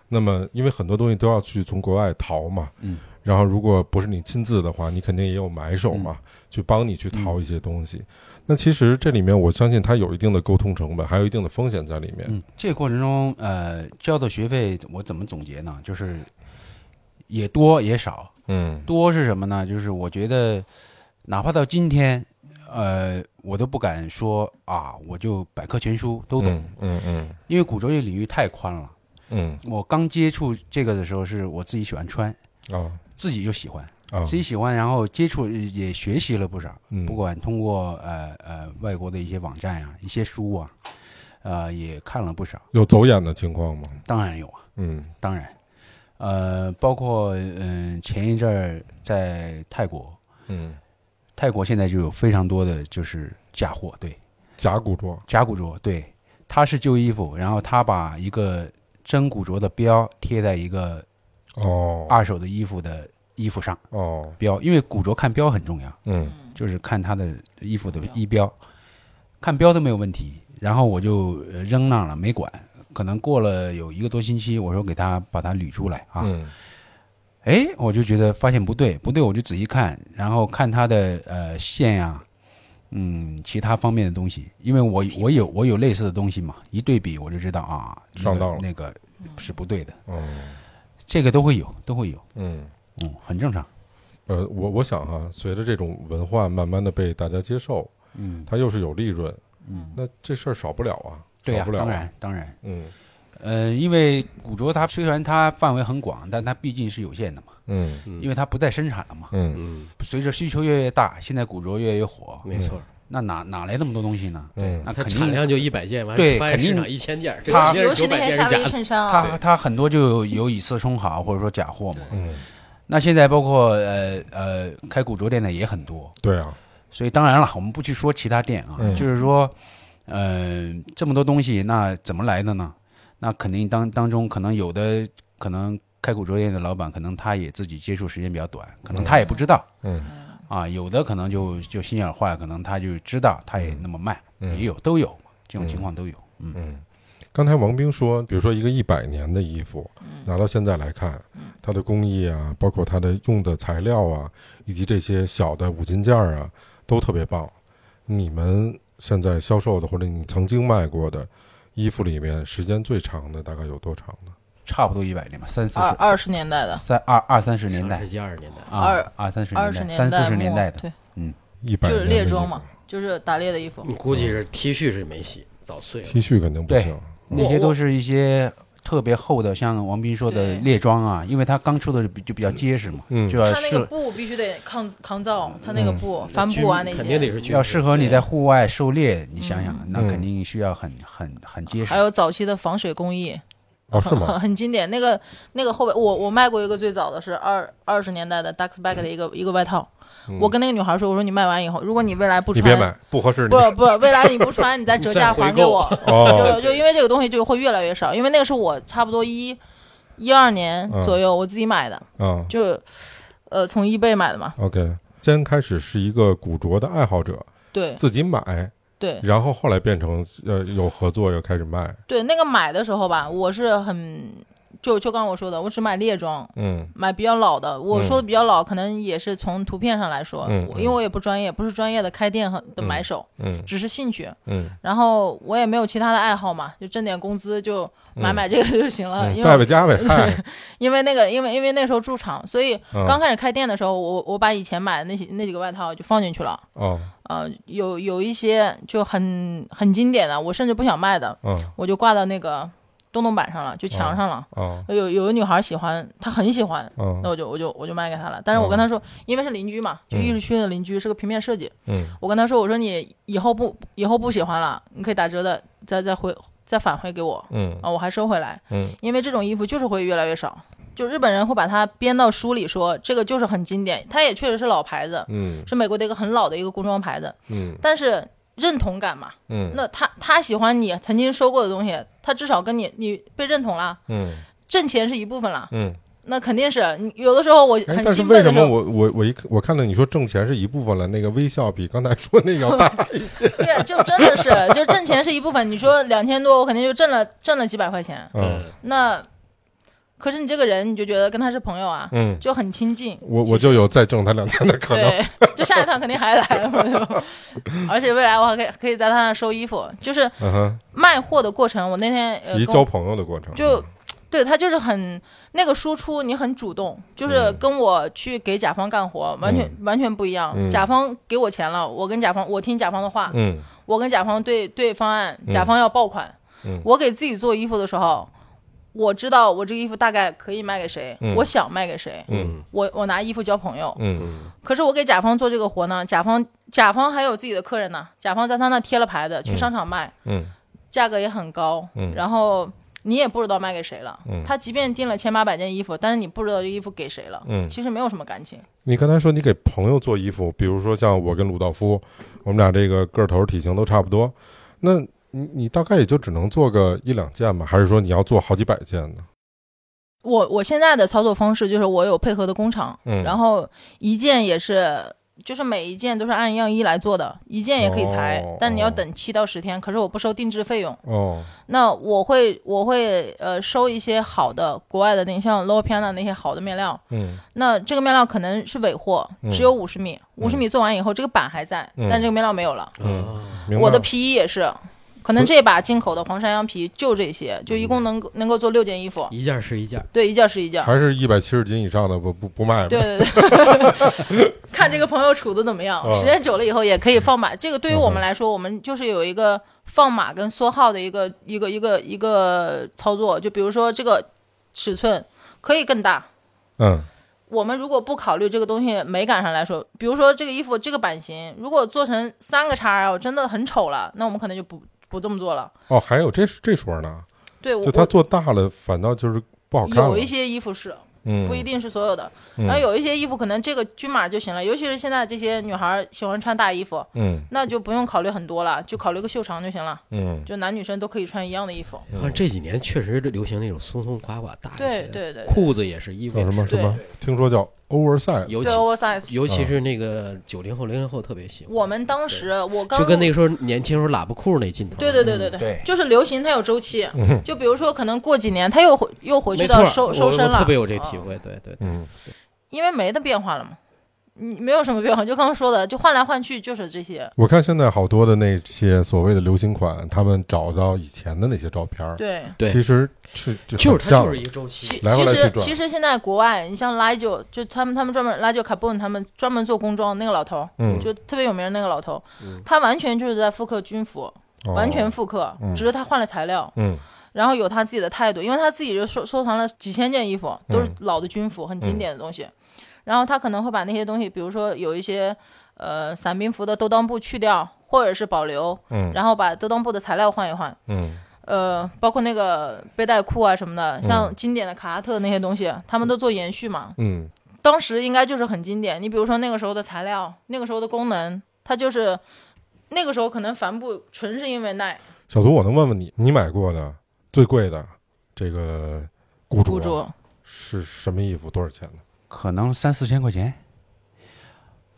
[SPEAKER 1] 那么因为很多东西都要去从国外淘嘛，
[SPEAKER 3] 嗯，
[SPEAKER 1] 然后如果不是你亲自的话，你肯定也有买手嘛，
[SPEAKER 3] 嗯
[SPEAKER 1] 去帮你去淘一些东西。那其实这里面我相信它有一定的沟通成本，还有一定的风险在里面。
[SPEAKER 3] 嗯，这个过程中，呃，交的学费我怎么总结呢？就是也多也少，
[SPEAKER 1] 嗯
[SPEAKER 3] 多是什么呢？就是我觉得，哪怕到今天，呃，我都不敢说啊，我就百科全书都懂，
[SPEAKER 1] 嗯嗯
[SPEAKER 3] 因为古着这领域太宽了。
[SPEAKER 1] 嗯
[SPEAKER 3] 我刚接触这个的时候，是我自己喜欢穿，
[SPEAKER 1] 嗯啊
[SPEAKER 3] 自己就喜欢，
[SPEAKER 1] 啊
[SPEAKER 3] 自己喜欢，然后接触呃也学习了不少，
[SPEAKER 1] 嗯
[SPEAKER 3] 不管通过呃呃外国的一些网站呀、一些书啊，呃，也看了不少。
[SPEAKER 1] 有走眼的情况吗？
[SPEAKER 3] 当然有啊，
[SPEAKER 1] 嗯
[SPEAKER 3] 当然，呃，包括嗯、前一阵儿在泰国，
[SPEAKER 1] 嗯，
[SPEAKER 3] 泰国现在就有非常多的就是假货，对，
[SPEAKER 1] 假古着，
[SPEAKER 3] 假古着，对，他是旧衣服，然后他把一个真古着的标贴在一个
[SPEAKER 1] 哦
[SPEAKER 3] 二手的衣服的衣服上，
[SPEAKER 1] 哦
[SPEAKER 3] 标，因为古着看标很重要，
[SPEAKER 1] 嗯
[SPEAKER 3] 就是看他的衣服的衣标，看标都没有问题，然后我就呃扔那儿了，没管。可能过了有一个多星期，我说给他把它捋出来啊，
[SPEAKER 1] 嗯
[SPEAKER 3] 哎，我就觉得发现不对，不对，我就仔细看，然后看它的呃线呀、嗯，其他方面的东西，因为我我有我有类似的东西嘛，一对比我就知道啊，那个
[SPEAKER 1] 上当了嗯
[SPEAKER 3] 那个是不对的，
[SPEAKER 1] 哦
[SPEAKER 3] 这个都会有，都会有，
[SPEAKER 1] 嗯。
[SPEAKER 3] 嗯，很正常，
[SPEAKER 1] 呃，我我想哈、随着这种文化慢慢的被大家接受，
[SPEAKER 3] 嗯，
[SPEAKER 1] 它又是有利润，
[SPEAKER 2] 嗯，
[SPEAKER 1] 那这事儿少不了啊，
[SPEAKER 3] 对呀、
[SPEAKER 1] 少不了、
[SPEAKER 3] 当，然当然，
[SPEAKER 1] 嗯
[SPEAKER 3] 呃，因为古着它虽然它范围很广，但它毕竟是有限的嘛，
[SPEAKER 1] 嗯
[SPEAKER 5] 嗯
[SPEAKER 3] 因为它不再生产 了嘛，
[SPEAKER 1] 嗯
[SPEAKER 5] 嗯，
[SPEAKER 3] 随着需求越来越大，现在古着越来越火，
[SPEAKER 5] 没错，
[SPEAKER 3] 那哪哪来那么多东西呢？
[SPEAKER 1] 嗯
[SPEAKER 3] 那
[SPEAKER 5] 它
[SPEAKER 3] 肯定
[SPEAKER 5] 产量就一百件，完
[SPEAKER 3] 对
[SPEAKER 5] 发现市
[SPEAKER 3] 肯
[SPEAKER 5] 场
[SPEAKER 3] 定
[SPEAKER 5] 一千件，这
[SPEAKER 3] 它
[SPEAKER 5] 肯定
[SPEAKER 2] 啊尤其
[SPEAKER 5] 是九
[SPEAKER 2] 那
[SPEAKER 5] 百
[SPEAKER 2] 些
[SPEAKER 5] 件
[SPEAKER 2] 夏威
[SPEAKER 5] 是假
[SPEAKER 2] 夷
[SPEAKER 5] 的。
[SPEAKER 2] 衬衫啊，
[SPEAKER 3] 它它很多就有以次充好或者说假货嘛。
[SPEAKER 1] 嗯，
[SPEAKER 3] 那现在包括呃呃开古着店的也很多，
[SPEAKER 1] 对啊，
[SPEAKER 3] 所以当然了，我们不去说其他店啊，
[SPEAKER 1] 嗯
[SPEAKER 3] 就是说，呃，这么多东西，那怎么来的呢？那肯定当当中可能有的可能开古着店的老板，可能他也自己接触时间比较短，可能他也不知道、
[SPEAKER 1] 嗯
[SPEAKER 3] 啊，有的可能就就心眼坏，可能他就知道，他也那么卖，
[SPEAKER 1] 嗯
[SPEAKER 3] 也有都有这种情况都有。
[SPEAKER 1] 嗯。刚才王兵说，比如说一个一百年的衣服，
[SPEAKER 2] 嗯
[SPEAKER 1] 拿到现在来看，它的工艺啊，包括它的用的材料啊，以及这些小的五金件儿啊，都特别棒。你们现在销售的或者你曾经卖过的，衣服里面时间最长的大概有多长呢？
[SPEAKER 3] 差不多一百年吧，三四
[SPEAKER 2] 二
[SPEAKER 3] 十
[SPEAKER 2] 二十年代的，
[SPEAKER 3] 三二二三十年
[SPEAKER 5] 上
[SPEAKER 3] 代
[SPEAKER 5] 世纪二十年代，
[SPEAKER 3] 啊，
[SPEAKER 2] 二
[SPEAKER 3] 二三十
[SPEAKER 2] 二
[SPEAKER 3] 年
[SPEAKER 2] 十
[SPEAKER 3] 代，
[SPEAKER 2] 年
[SPEAKER 3] 三
[SPEAKER 2] 代
[SPEAKER 3] 四十
[SPEAKER 2] 末
[SPEAKER 3] 年代的，
[SPEAKER 2] 对，
[SPEAKER 1] 一百
[SPEAKER 2] 就是猎
[SPEAKER 1] 年的
[SPEAKER 2] 装
[SPEAKER 1] 衣服
[SPEAKER 2] 嘛，就是打猎的衣服
[SPEAKER 5] 你。估计是 T 恤是没洗，早碎了。
[SPEAKER 1] ，T 恤肯定不
[SPEAKER 3] 对
[SPEAKER 1] 行。
[SPEAKER 3] 那些
[SPEAKER 2] 我
[SPEAKER 3] 都是一些特别厚的，像王斌说的
[SPEAKER 2] 对
[SPEAKER 3] 猎装啊，因为它刚出的就比就比较结实嘛，
[SPEAKER 1] 嗯
[SPEAKER 3] 就要
[SPEAKER 2] 它那个
[SPEAKER 3] 适
[SPEAKER 2] 布必须得抗抗造，它那个
[SPEAKER 1] 嗯
[SPEAKER 2] 布帆布啊那
[SPEAKER 5] 肯定得
[SPEAKER 2] 些，
[SPEAKER 5] 是军
[SPEAKER 3] 要适合你
[SPEAKER 2] 对
[SPEAKER 3] 在户外狩猎，你想想
[SPEAKER 2] 嗯，
[SPEAKER 3] 那
[SPEAKER 1] 嗯
[SPEAKER 3] 肯定需要很很很结实
[SPEAKER 2] 还。有早期的防水工艺，
[SPEAKER 1] 哦，是
[SPEAKER 2] 很
[SPEAKER 1] 吗
[SPEAKER 2] 很？很经典。那个那个后背，我我卖过一个最早的是二二十年代的 Ducks Back 的一个一个外套，
[SPEAKER 1] 嗯
[SPEAKER 2] 我跟那个女孩说，我说你卖完以后，如果你未来 不
[SPEAKER 1] 你
[SPEAKER 2] 穿，
[SPEAKER 1] 别买，不合适。你
[SPEAKER 2] 不不，未来你不穿，你再 折价还给我。
[SPEAKER 1] 哦
[SPEAKER 2] 就，就因为这个东西就会越来越少，因为那个是我差不多一一二年
[SPEAKER 1] 嗯
[SPEAKER 2] 左右我自己买的，
[SPEAKER 1] 啊
[SPEAKER 2] 就呃从 eBay 买的嘛。
[SPEAKER 1] ，OK。先开始是一个古着的爱好者，
[SPEAKER 2] 对
[SPEAKER 1] 自己买，
[SPEAKER 2] 对
[SPEAKER 1] 然后后来变成呃有合作又开始卖，
[SPEAKER 2] 对，那个买的时候吧，我是很就就刚我说的，我只买猎装。
[SPEAKER 1] 嗯
[SPEAKER 2] 买比较老的，我
[SPEAKER 1] 嗯
[SPEAKER 2] 说的比较老，可能也是从图片上来说，
[SPEAKER 1] 嗯
[SPEAKER 2] 我
[SPEAKER 1] 嗯
[SPEAKER 2] 因为我也不专业，不是专业的开店和的
[SPEAKER 1] 嗯
[SPEAKER 2] 买手，
[SPEAKER 1] 嗯
[SPEAKER 2] 只是兴趣。
[SPEAKER 1] 嗯，
[SPEAKER 2] 然后我也没有其他的爱好嘛，就挣点工资就买买这个就行了。
[SPEAKER 1] 嗯
[SPEAKER 2] 呃因
[SPEAKER 1] 带
[SPEAKER 2] 为
[SPEAKER 1] 回家呗， 嗨，
[SPEAKER 2] 因为那个，因为因为那时候驻场，所以
[SPEAKER 1] 嗯
[SPEAKER 2] 刚开始开店的时候，我我把以前买的那些那几个外套就放进去了。
[SPEAKER 1] 哦，
[SPEAKER 2] 呃，有有一些就很很经典的，我甚至不想卖的，
[SPEAKER 1] 嗯
[SPEAKER 2] 我就挂到那个洞洞板上了，就墙上了。
[SPEAKER 1] 哦
[SPEAKER 2] 有有个女孩喜欢，她很喜欢，那
[SPEAKER 1] 哦，
[SPEAKER 2] 我就我就我就卖给她了。但是我跟她说，因为是邻居嘛，就艺术区的邻居，是个平面设计。
[SPEAKER 1] 嗯
[SPEAKER 2] 我跟她说，我说你以后不以后不喜欢了，你可以打折的，再再回再返回给我
[SPEAKER 1] 嗯
[SPEAKER 2] 啊，我还收回来。
[SPEAKER 1] 嗯
[SPEAKER 2] 因为这种衣服就是会越来越少。就日本人会把它编到书里说，这个就是很经典，它也确实是老牌子，
[SPEAKER 1] 嗯
[SPEAKER 2] 是美国的一个很老的一个工装牌子，
[SPEAKER 1] 嗯
[SPEAKER 2] 但是认同感嘛，
[SPEAKER 1] 嗯
[SPEAKER 2] 那他他喜欢你曾经收过的东西，他至少跟你你被认同啦，
[SPEAKER 1] 嗯
[SPEAKER 2] 挣钱是一部分啦，
[SPEAKER 1] 嗯，
[SPEAKER 2] 那肯定是你有的时候我
[SPEAKER 1] 哎，但
[SPEAKER 2] 很
[SPEAKER 1] 是
[SPEAKER 2] 兴
[SPEAKER 1] 为
[SPEAKER 2] 奋
[SPEAKER 1] 什
[SPEAKER 2] 的时
[SPEAKER 1] 么
[SPEAKER 2] 候，
[SPEAKER 1] 我我我一我看到你说挣钱是一部分了，那个微笑比刚才说那个要大，
[SPEAKER 2] 对，就真的是就挣钱是一部分，你说两千多，我肯定就挣了挣了几百块钱，
[SPEAKER 1] 嗯
[SPEAKER 2] 那可是你这个人你就觉得跟他是朋友啊，
[SPEAKER 1] 嗯，
[SPEAKER 2] 就很亲近，
[SPEAKER 1] 我我就有再挣他两千的 可能，
[SPEAKER 2] 对，就下一趟肯定还来，我就 而且未来我还可以可以在他那儿收衣服，就是
[SPEAKER 1] 嗯哼，
[SPEAKER 2] 卖货的过程。我那天呃
[SPEAKER 1] 是一
[SPEAKER 2] 跟我
[SPEAKER 1] 交朋友的过程，
[SPEAKER 2] 就对他就是很那个输出，你很主动，就是
[SPEAKER 1] 嗯
[SPEAKER 2] 跟我去给甲方干活完全完全不一样
[SPEAKER 1] 嗯。
[SPEAKER 2] 甲方给我钱了，我跟甲方我听甲方的话，
[SPEAKER 1] 嗯
[SPEAKER 2] 我跟甲方对对方案，
[SPEAKER 1] 嗯
[SPEAKER 2] 甲方要爆款
[SPEAKER 1] 嗯。
[SPEAKER 2] 我给自己做衣服的时候。我知道我这个衣服大概可以卖给谁，
[SPEAKER 1] 嗯
[SPEAKER 2] 我想卖给谁，
[SPEAKER 1] 嗯
[SPEAKER 2] 我我拿衣服交朋友，
[SPEAKER 1] 嗯
[SPEAKER 2] 可是我给甲方做这个活呢，甲方甲方还有自己的客人呢，甲方在他那贴了牌子，去商场卖，
[SPEAKER 1] 嗯
[SPEAKER 2] 价格也很高，
[SPEAKER 1] 嗯
[SPEAKER 2] 然后你也不知道卖给谁了。
[SPEAKER 1] 嗯
[SPEAKER 2] 他即便订了千八百件衣服，但是你不知道这衣服给谁了，
[SPEAKER 1] 嗯，
[SPEAKER 2] 其实没有什么感情。
[SPEAKER 1] 你刚才说你给朋友做衣服，比如说像我跟鲁道夫，我们俩这个个头体型都差不多，那你你大概也就只能做个一两件吧，还是说你要做好几百件呢？
[SPEAKER 2] 我我现在的操作方式就是我有配合的工厂，
[SPEAKER 1] 嗯
[SPEAKER 2] 然后一件也是。就是每一件都是按样衣来做的，一件也可以裁，
[SPEAKER 1] 哦
[SPEAKER 2] 但你要等七到十天。可是我不收定制费用，
[SPEAKER 1] 哦，
[SPEAKER 2] 那我会我会呃收一些好的国外的那像 Low Piana 那些好的面料，
[SPEAKER 1] 嗯
[SPEAKER 2] 那这个面料可能是尾货，只有五十米，
[SPEAKER 1] 嗯
[SPEAKER 2] 五十米做完以后，这个板还在，
[SPEAKER 1] 嗯
[SPEAKER 2] 但这个面料没有了。
[SPEAKER 1] 嗯
[SPEAKER 5] 啊，
[SPEAKER 1] 明白了
[SPEAKER 2] 我的皮衣也是，可能这把进口的黄山羊皮就这些，就一共能够能够做六件衣服，
[SPEAKER 5] 一件是一件，
[SPEAKER 2] 对，一件是一件。
[SPEAKER 1] 还是一百七十斤以上的不不不卖
[SPEAKER 2] 啊对
[SPEAKER 1] 呗。
[SPEAKER 2] 对对， 看这个朋友处的怎么样
[SPEAKER 1] 哦，
[SPEAKER 2] 时间久了以后也可以放码。这个对于我
[SPEAKER 1] 嗯
[SPEAKER 2] 们来说，我们就是有一个放码跟缩号的一个一个一个一个操作。就比如说这个尺寸可以更大，
[SPEAKER 1] 嗯
[SPEAKER 2] 我们如果不考虑这个东西美感上来说，比如说这个衣服这个版型，如果做成三个叉 L 真的很丑了，那我们可能就不不这么做了。
[SPEAKER 1] 哦，还有这这说呢，
[SPEAKER 2] 对我
[SPEAKER 1] 就他做大了，反倒就是不好
[SPEAKER 2] 我
[SPEAKER 1] 看了。
[SPEAKER 2] 有一些衣服是
[SPEAKER 1] 嗯
[SPEAKER 2] 不一定是所有的，
[SPEAKER 1] 嗯
[SPEAKER 2] 然后有一些衣服可能这个均码就行了，尤其是现在这些女孩喜欢穿大衣服，
[SPEAKER 1] 嗯
[SPEAKER 2] 那就不用考虑很多了，就考虑个袖长就行了，
[SPEAKER 1] 嗯
[SPEAKER 2] 就男女生都可以穿一样的衣服。
[SPEAKER 5] 好像这几年确实流行那种松松垮垮大一
[SPEAKER 2] 对
[SPEAKER 5] 些，
[SPEAKER 2] 对对，
[SPEAKER 5] 裤子也是，衣服
[SPEAKER 1] 叫
[SPEAKER 5] 也
[SPEAKER 1] 什么
[SPEAKER 5] 是
[SPEAKER 1] 什么？听说叫 oversize。
[SPEAKER 5] 尤其
[SPEAKER 2] 对 oversize。
[SPEAKER 5] 尤其是那个九零后、零零后特别喜欢，
[SPEAKER 2] 我们当时我刚
[SPEAKER 5] 就跟那个时候年轻时候喇叭裤那劲头，
[SPEAKER 2] 对对对对
[SPEAKER 3] 嗯对
[SPEAKER 2] 就是流行它有周期，
[SPEAKER 1] 嗯
[SPEAKER 2] 就比如说可能过几年它又回又回去到
[SPEAKER 5] 没错
[SPEAKER 2] 收
[SPEAKER 5] 我
[SPEAKER 2] 收身
[SPEAKER 5] 我
[SPEAKER 2] 了，
[SPEAKER 5] 特别有这
[SPEAKER 2] 啊
[SPEAKER 5] 体会，对对对，
[SPEAKER 1] 嗯
[SPEAKER 2] 因为没得变化了嘛。你没有什么变化，就刚刚说的，就换来换去就是这些。
[SPEAKER 1] 我看现在好多的那些所谓的流行款，他们找到以前的那些照片儿，
[SPEAKER 2] 对，
[SPEAKER 5] 对
[SPEAKER 1] 其实是
[SPEAKER 5] 就
[SPEAKER 1] 很
[SPEAKER 5] 是它
[SPEAKER 1] 像
[SPEAKER 5] 就是一个周期
[SPEAKER 2] 其。
[SPEAKER 1] 来回
[SPEAKER 2] 其
[SPEAKER 1] 来去
[SPEAKER 2] 实
[SPEAKER 1] 转
[SPEAKER 2] 其实现在国外，你像拉九，就他们他们专门拉九卡布，他们专门做工装那个老头儿，
[SPEAKER 1] 嗯
[SPEAKER 2] 就特别有名的那个老头儿，他完全就是在复刻军服，
[SPEAKER 1] 哦
[SPEAKER 2] 完全复刻，
[SPEAKER 1] 嗯
[SPEAKER 2] 只是他换了材料，
[SPEAKER 1] 嗯
[SPEAKER 2] 然后有他自己的态度，因为他自己就收收藏了几千件衣服，都是
[SPEAKER 1] 嗯
[SPEAKER 2] 老的军服，很经典的东西。然后他可能会把那些东西，比如说有一些呃伞兵服的兜裆布去掉，或者是保留，
[SPEAKER 1] 嗯
[SPEAKER 2] 然后把兜裆布的材料换一换。
[SPEAKER 1] 嗯
[SPEAKER 2] 呃，包括那个背带裤啊什么的，像经典的卡拉特那些东西，他们都做延续嘛。
[SPEAKER 1] 嗯
[SPEAKER 2] 当时应该就是很经典。你比如说那个时候的材料，那个时候的功能，它就是那个时候可能帆布纯是因为耐
[SPEAKER 1] 小图，我能问问你，你买过的最贵的这个雇主
[SPEAKER 2] 雇主。
[SPEAKER 1] 是什么衣服？多少钱呢？
[SPEAKER 3] 可能三四千块钱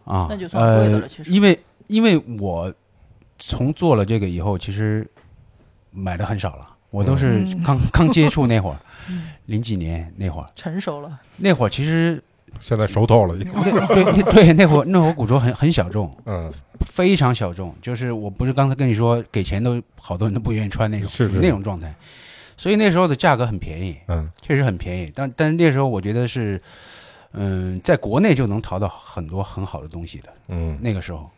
[SPEAKER 3] 啊，
[SPEAKER 2] 那就算贵的了
[SPEAKER 3] 呃
[SPEAKER 2] 其实
[SPEAKER 3] 因为因为我从做了这个以后，其实买的很少了，我都是
[SPEAKER 2] 嗯
[SPEAKER 3] 刚、刚接触那会儿，零几年那会儿，
[SPEAKER 2] 成熟了，
[SPEAKER 3] 那会儿其实
[SPEAKER 1] 现在熟透了已经。
[SPEAKER 3] 那对对那会儿那会儿古着很很小众，
[SPEAKER 1] 嗯，
[SPEAKER 3] 非常小众，就是我不是刚才跟你说给钱都好多人都不愿意穿那种，
[SPEAKER 1] 是
[SPEAKER 3] 属于
[SPEAKER 1] 是
[SPEAKER 3] 那种状态，所以那时候的价格很便宜，
[SPEAKER 1] 嗯
[SPEAKER 3] 确实很便宜，但但是那时候我觉得是，嗯，在国内就能淘到很多很好的东西的。
[SPEAKER 1] 嗯
[SPEAKER 3] 那个时候，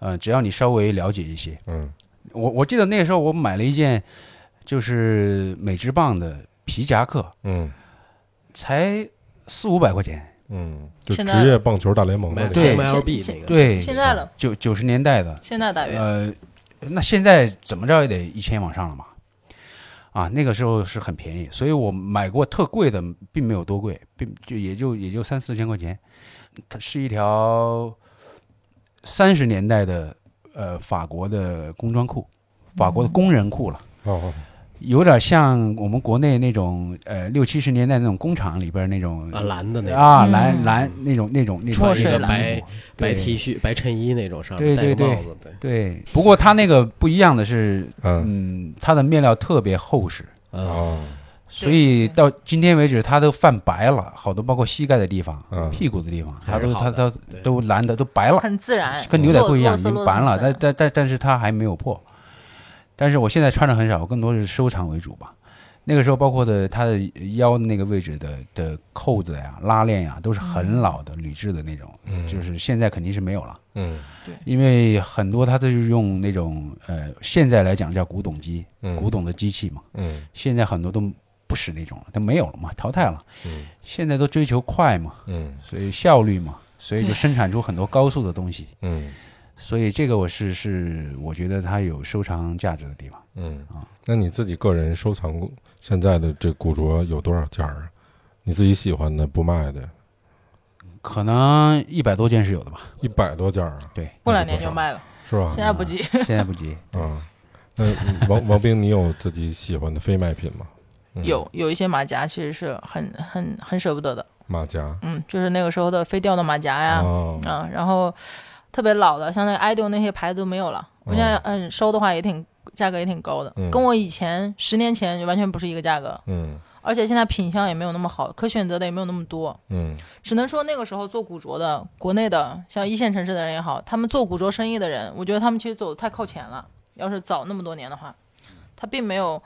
[SPEAKER 3] 呃，只要你稍微了解一些，
[SPEAKER 1] 嗯
[SPEAKER 3] 我我记得那个时候我买了一件就是美职棒的皮夹克，
[SPEAKER 1] 嗯
[SPEAKER 3] 才四五百块钱，
[SPEAKER 1] 嗯，就
[SPEAKER 2] 现
[SPEAKER 1] 职
[SPEAKER 2] 在
[SPEAKER 1] 业棒球大联盟的那
[SPEAKER 3] 对
[SPEAKER 1] 个。
[SPEAKER 5] MLB
[SPEAKER 2] 现
[SPEAKER 5] 那个，
[SPEAKER 3] 对，
[SPEAKER 2] 现在了，
[SPEAKER 3] 九九十年代的，
[SPEAKER 2] 现在大约、
[SPEAKER 3] 呃，那现在怎么着也得一千往上了嘛。啊，那个时候是很便宜，所以我买过特贵的，并没有多贵，并就也就也就三四千块钱。它是一条三十年代的呃法国的工装裤，法国的工人裤了，
[SPEAKER 1] 哦，
[SPEAKER 3] 有点像我们国内那种呃六七十年代那种工厂里边那种
[SPEAKER 5] 啊蓝的那个
[SPEAKER 3] 啊
[SPEAKER 2] 嗯
[SPEAKER 3] 蓝蓝那种那种那种
[SPEAKER 2] 墨水
[SPEAKER 3] 那种
[SPEAKER 2] 蓝
[SPEAKER 5] 白白
[SPEAKER 3] 对
[SPEAKER 5] T 恤、白衬衣那种，上
[SPEAKER 3] 对
[SPEAKER 5] 面戴
[SPEAKER 3] 对
[SPEAKER 5] 个
[SPEAKER 3] 对
[SPEAKER 5] 帽子，对，
[SPEAKER 3] 对，不过它那个不一样的是，
[SPEAKER 1] 嗯
[SPEAKER 3] 嗯，它的面料特别厚实，
[SPEAKER 5] 啊，
[SPEAKER 1] 哦，
[SPEAKER 3] 所以到今天为止，它都泛白了，好多包括膝盖的地方、
[SPEAKER 1] 嗯
[SPEAKER 3] 屁股的地方，它
[SPEAKER 5] 还是
[SPEAKER 3] 都
[SPEAKER 5] 好
[SPEAKER 3] 它
[SPEAKER 5] 的
[SPEAKER 3] 它
[SPEAKER 5] 对
[SPEAKER 3] 都蓝的都白了，
[SPEAKER 2] 很自然，
[SPEAKER 3] 呃跟牛仔裤一样
[SPEAKER 2] 落落色
[SPEAKER 3] 已经
[SPEAKER 2] 落得
[SPEAKER 3] 白
[SPEAKER 2] 很
[SPEAKER 3] 了，
[SPEAKER 2] 自
[SPEAKER 3] 但
[SPEAKER 2] 然
[SPEAKER 3] 但但但是它还没有破。但是我现在穿的很少，我更多是收藏为主吧。那个时候，包括的它的腰的那个位置的的扣子呀、拉链呀，都是很老的铝制的那种，
[SPEAKER 1] 嗯
[SPEAKER 3] 就是现在肯定是没有了。
[SPEAKER 1] 嗯
[SPEAKER 3] 因为很多它都是用那种呃，现在来讲叫古董机、
[SPEAKER 1] 嗯
[SPEAKER 3] 古董的机器嘛，
[SPEAKER 1] 嗯
[SPEAKER 3] 现在很多都不使那种了，它没有了嘛，淘汰了。
[SPEAKER 1] 嗯
[SPEAKER 3] 现在都追求快嘛，
[SPEAKER 1] 嗯
[SPEAKER 3] 所以效率嘛，所以就生产出很多高速的东西。
[SPEAKER 1] 嗯
[SPEAKER 3] 所以这个我是是我觉得它有收藏价值的地方。
[SPEAKER 1] 嗯，那你自己个人收藏过现在的这古着有多少件儿啊？你自己喜欢的不卖的，
[SPEAKER 3] 可能一百多件是有的吧，
[SPEAKER 1] 一百多件儿啊，
[SPEAKER 3] 对，
[SPEAKER 2] 过两年就卖了，
[SPEAKER 1] 是吧？
[SPEAKER 2] 现在不急。
[SPEAKER 3] 现在不急。
[SPEAKER 1] 啊，那王 王兵，你有自己喜欢的非卖品吗？嗯
[SPEAKER 2] 有有一些马甲其实是很很很舍不得的，
[SPEAKER 1] 马甲
[SPEAKER 2] 嗯，就是那个时候的飞调的马甲呀，
[SPEAKER 1] 哦
[SPEAKER 2] 嗯，然后特别老的，像那个 idol 那些牌子都没有了。
[SPEAKER 3] 哦
[SPEAKER 2] 我现在嗯收的话也挺价格也挺高的，
[SPEAKER 1] 嗯
[SPEAKER 2] 跟我以前十年前就完全不是一个价格了，
[SPEAKER 1] 嗯
[SPEAKER 2] 而且现在品相也没有那么好，可选择的也没有那么多，
[SPEAKER 1] 嗯
[SPEAKER 2] 只能说那个时候做古着的，国内的像一线城市的人也好，他们做古着生意的人，我觉得他们其实走的太靠前了。要是早那么多年的话，他并没有